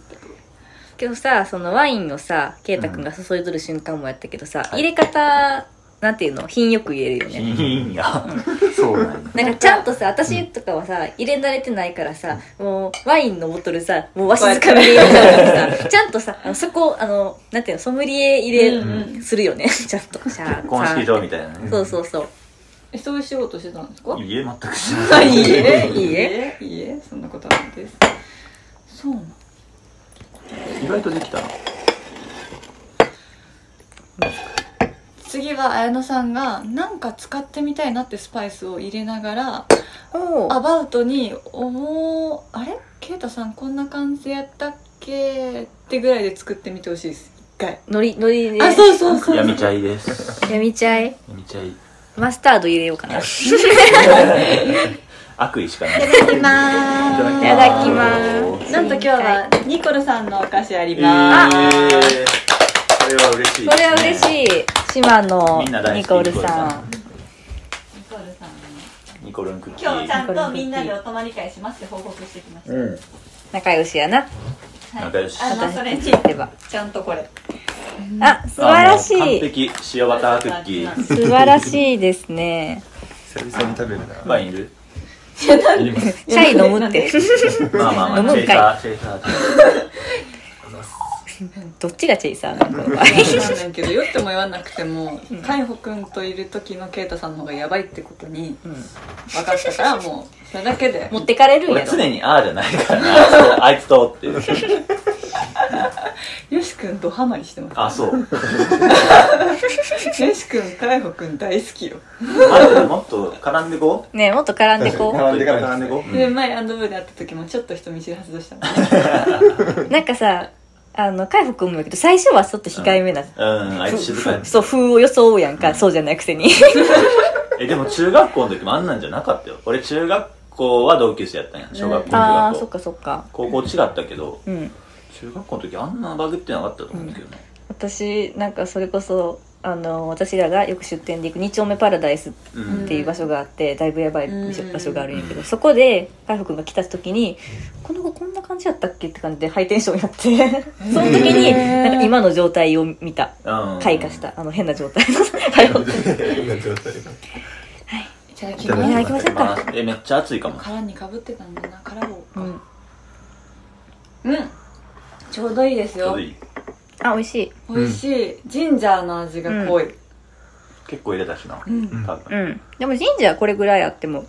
[SPEAKER 3] 今日さそのワインのさ圭太君が注いどる瞬間もやったけどさ、
[SPEAKER 2] い
[SPEAKER 3] 入れ方なんていうの品よく言えるよ
[SPEAKER 2] とい
[SPEAKER 3] ね
[SPEAKER 2] いんやそうなんや
[SPEAKER 3] なんかちゃんとさ私とかはさ入れ慣れてないからさもうワインのボトルさもうわしづかみで入れちゃうのにさちゃんとさあのそこあのなんていうのソムリエ入れ、
[SPEAKER 1] うんうん
[SPEAKER 3] するよね ちゃんとシャー
[SPEAKER 2] 結婚式
[SPEAKER 3] シャ
[SPEAKER 2] 場
[SPEAKER 3] ー
[SPEAKER 2] みたいなね
[SPEAKER 3] そうそうそう
[SPEAKER 1] えそういう仕事してたんですか
[SPEAKER 2] いいえ全くし
[SPEAKER 1] あ
[SPEAKER 2] ない
[SPEAKER 1] いいえ
[SPEAKER 3] い
[SPEAKER 1] い
[SPEAKER 3] い
[SPEAKER 1] い
[SPEAKER 3] え
[SPEAKER 1] えいいえそんなことはないですそうなの
[SPEAKER 2] 意外とできたな
[SPEAKER 1] 次は綾乃さんがなんか使ってみたいなってスパイスを入れながら
[SPEAKER 3] お
[SPEAKER 1] ア
[SPEAKER 3] ー
[SPEAKER 1] バウトに思うあれケイタさんこんな感じやったっけってぐらいで作ってみてほしいです一回
[SPEAKER 3] のりのりで
[SPEAKER 1] あそうそうそう
[SPEAKER 2] 闇チャイです
[SPEAKER 3] やみちゃい
[SPEAKER 2] 闇チャイ
[SPEAKER 3] マスタード入れようかない
[SPEAKER 2] 悪意しかないい
[SPEAKER 3] ただきまーすいただきますす
[SPEAKER 1] なんと今日はニコルさんのお菓子あり
[SPEAKER 2] えー
[SPEAKER 1] ます、
[SPEAKER 2] これは嬉しいですね
[SPEAKER 3] これは嬉しい島の
[SPEAKER 2] みんな大好き
[SPEAKER 3] ニコルさん
[SPEAKER 1] ニコルさん
[SPEAKER 2] ニコルンクッキー
[SPEAKER 5] 今日ちゃんとみんなでお泊まり会しますって報告してきました、
[SPEAKER 2] うん
[SPEAKER 3] 仲良しやな
[SPEAKER 2] 仲良し
[SPEAKER 5] あのそれに
[SPEAKER 3] 私たちといえば
[SPEAKER 1] ちゃんとこれ
[SPEAKER 3] あ素晴らし
[SPEAKER 2] あもう完
[SPEAKER 3] い
[SPEAKER 2] 璧塩バタークッキー
[SPEAKER 3] 素晴らしいですね
[SPEAKER 4] 久々に食べるな
[SPEAKER 2] ワインいる
[SPEAKER 4] いります
[SPEAKER 3] チャイ飲むって
[SPEAKER 2] まあまあまあ
[SPEAKER 3] 飲むん
[SPEAKER 2] シ
[SPEAKER 3] か
[SPEAKER 2] ェ
[SPEAKER 3] い
[SPEAKER 2] イサーシェイサー
[SPEAKER 3] どっちがチェイサーなのこれは
[SPEAKER 1] 分かんないけど酔っても言わなくても海保くんといる時のケイタさんの方がやばいってことに
[SPEAKER 3] うん
[SPEAKER 1] 分かったからもうそれだけで
[SPEAKER 3] 持ってかれるんや
[SPEAKER 2] 俺
[SPEAKER 3] ろ
[SPEAKER 2] 常にああじゃないからなそうあいつとっていう
[SPEAKER 1] よしくんドハマりしてます
[SPEAKER 2] あそう
[SPEAKER 1] よしくん海保くん大好きよ
[SPEAKER 2] マジでもっと絡んでこ
[SPEAKER 3] ねえもっと絡んでこ
[SPEAKER 4] 絡んでかない
[SPEAKER 2] 絡んでこう
[SPEAKER 1] で前アンドブーで会った時もちょっと人見知り発動したもんね
[SPEAKER 3] うなんかさあの海保君もやけど最初はちょっと控えめな
[SPEAKER 2] うんあいつ静かや
[SPEAKER 3] そう風を装うやんかそうじゃないくせに
[SPEAKER 2] え、でも中学校の時もあんなんじゃなかったよ。俺中学校は同級生やったんや。小学校、中
[SPEAKER 3] ああ
[SPEAKER 2] 学
[SPEAKER 3] そっ
[SPEAKER 2] 校。
[SPEAKER 3] かそっか
[SPEAKER 2] 高校違ったけど、
[SPEAKER 3] うん
[SPEAKER 2] 中学校の時あんなバグってなかったと思うんだけどね。
[SPEAKER 3] 私なんかそれこそあの私らがよく出店で行く二丁目パラダイス
[SPEAKER 2] う
[SPEAKER 3] っ
[SPEAKER 2] ん。
[SPEAKER 3] ていう場所があって、だいぶやばい
[SPEAKER 1] うん
[SPEAKER 3] 場所があるんやけど、そこで海保君が来た時に「この子こんな感じやったっけ?」って感じでハイテンションやってその時になんか今の状態を見た
[SPEAKER 2] うん。
[SPEAKER 3] 開花したあの変な状態の海保君
[SPEAKER 1] いただき
[SPEAKER 4] いただ
[SPEAKER 1] ま
[SPEAKER 4] き
[SPEAKER 1] す
[SPEAKER 4] ます
[SPEAKER 3] 行きましょう
[SPEAKER 2] ま
[SPEAKER 3] か、
[SPEAKER 2] あ、え、めっちゃ暑いかも。
[SPEAKER 1] 殻にかぶってたんだな殻を
[SPEAKER 3] うん、
[SPEAKER 1] うんちょうどいいです
[SPEAKER 2] ちょう
[SPEAKER 1] よ
[SPEAKER 2] どいい
[SPEAKER 3] あ美味しい
[SPEAKER 1] 美味しい、ジンジャーの味が濃い、
[SPEAKER 2] 結構入れたしな。
[SPEAKER 1] うん
[SPEAKER 2] 多分。
[SPEAKER 3] うんでもジンジャーこれぐらいあっても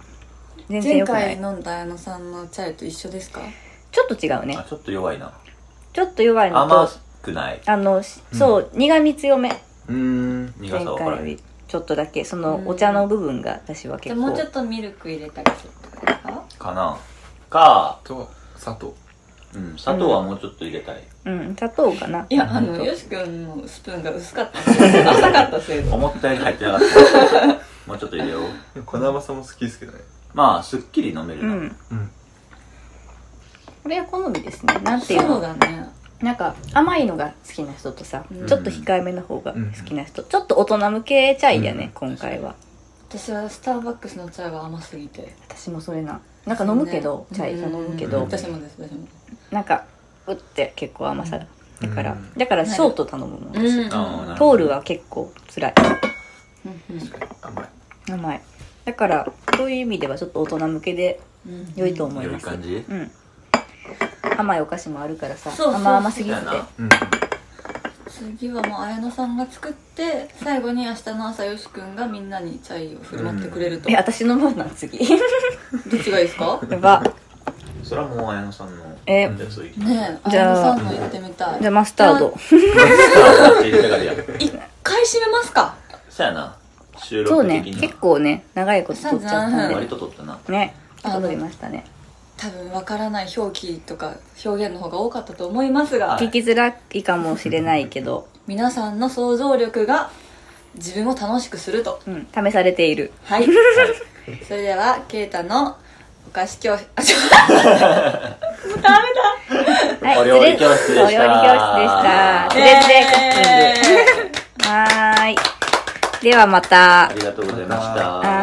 [SPEAKER 3] 全然
[SPEAKER 1] 前
[SPEAKER 3] よくな
[SPEAKER 1] 回
[SPEAKER 3] い
[SPEAKER 1] 飲んだ綾野さんのチャイと一緒ですか
[SPEAKER 3] ちょっと違うね
[SPEAKER 2] あ、ちょっと弱いな。
[SPEAKER 3] ちょっと弱いの
[SPEAKER 2] 甘
[SPEAKER 3] と
[SPEAKER 2] くない。
[SPEAKER 3] あのしそう、苦味強め
[SPEAKER 4] うーん
[SPEAKER 2] 苦
[SPEAKER 3] 前
[SPEAKER 2] さは分から
[SPEAKER 3] 回よ
[SPEAKER 2] ない
[SPEAKER 3] り。ちょっとだけそ
[SPEAKER 1] うん
[SPEAKER 3] のお茶の部分が私は
[SPEAKER 1] じゃ
[SPEAKER 3] 結
[SPEAKER 1] あも
[SPEAKER 3] 構
[SPEAKER 1] うちょっとミルク入れたりするとか
[SPEAKER 2] かな。か、
[SPEAKER 4] と砂糖
[SPEAKER 2] うん、砂糖はもうちょっと入れたい。
[SPEAKER 3] うん砂糖かない
[SPEAKER 1] やあのよし君のスプーンが薄か ったせいで浅かったせいで
[SPEAKER 2] 思ったより入ってなか った。もうちょっと入れよう。
[SPEAKER 4] 粉甘さも好きですけどね
[SPEAKER 2] まあ、すっきり飲める
[SPEAKER 3] う
[SPEAKER 2] な。
[SPEAKER 3] ん
[SPEAKER 4] うん
[SPEAKER 3] これは好みですねなんていう
[SPEAKER 1] そう
[SPEAKER 3] の
[SPEAKER 1] だね
[SPEAKER 3] なんか甘いのが好きな人とさ、
[SPEAKER 1] うん
[SPEAKER 3] ちょっと控えめな方が好きな人、ちょっと大人向けチャイやね、
[SPEAKER 4] うん
[SPEAKER 3] 今回は
[SPEAKER 1] 私はスターバックスのチャイは甘すぎて
[SPEAKER 3] 私もそれななんか飲むけど、
[SPEAKER 1] ね
[SPEAKER 3] チャイさ飲むけど、
[SPEAKER 1] うん私もです私も
[SPEAKER 3] なんかうって結構甘さがだから、
[SPEAKER 4] うん
[SPEAKER 3] だからショート頼むもん、
[SPEAKER 1] うん
[SPEAKER 3] 私
[SPEAKER 2] あー
[SPEAKER 3] トールは結構辛い
[SPEAKER 1] うん
[SPEAKER 4] 確かに甘い
[SPEAKER 3] 甘いだからそういう意味ではちょっと大人向けで
[SPEAKER 1] うん
[SPEAKER 3] 良いと思い
[SPEAKER 2] 良い
[SPEAKER 3] ます、
[SPEAKER 2] 感じ
[SPEAKER 3] うん甘いお菓子もあるからさ
[SPEAKER 1] そうそう
[SPEAKER 3] 甘々すぎて
[SPEAKER 2] だな。
[SPEAKER 4] うん
[SPEAKER 1] 次はもう綾野さんが作って最後に明日の朝よし君がみんなにチャイを振る舞ってくれると、
[SPEAKER 3] え私の番なん次
[SPEAKER 1] どっちがいいですか
[SPEAKER 3] やば
[SPEAKER 2] それはもう綾野さんの
[SPEAKER 3] え
[SPEAKER 2] やつをいきましょう
[SPEAKER 1] ねえ
[SPEAKER 3] じ
[SPEAKER 1] 綾
[SPEAKER 3] ゃ
[SPEAKER 1] 野
[SPEAKER 3] あ
[SPEAKER 1] さんの言ってみたい
[SPEAKER 3] じゃあマスタード
[SPEAKER 2] あ入れたから や
[SPEAKER 1] 一回締めますか
[SPEAKER 2] そやな収
[SPEAKER 3] そう
[SPEAKER 2] 録
[SPEAKER 3] ね
[SPEAKER 2] 的に
[SPEAKER 3] 結構ね長いこと取っちゃった
[SPEAKER 1] 構
[SPEAKER 3] ん
[SPEAKER 2] 割
[SPEAKER 3] で
[SPEAKER 2] と撮ったな
[SPEAKER 3] ね
[SPEAKER 1] あの
[SPEAKER 3] 戻りましたね
[SPEAKER 1] 多分わからない表記とか表現の方が多かったと思いますが、
[SPEAKER 2] はい
[SPEAKER 3] 聞きづらいかもしれないけど、
[SPEAKER 1] 皆さんの想像力が自分を楽しくすると
[SPEAKER 3] うん、試されている
[SPEAKER 1] はい それではケイタのお菓子 教室あちょっとダメだ
[SPEAKER 3] はい
[SPEAKER 2] お料理教室でした
[SPEAKER 3] お料理教室でしたつれつれクッキング
[SPEAKER 1] えー
[SPEAKER 3] はーいではまた
[SPEAKER 2] ありがとうございまし
[SPEAKER 4] また
[SPEAKER 2] た
[SPEAKER 3] は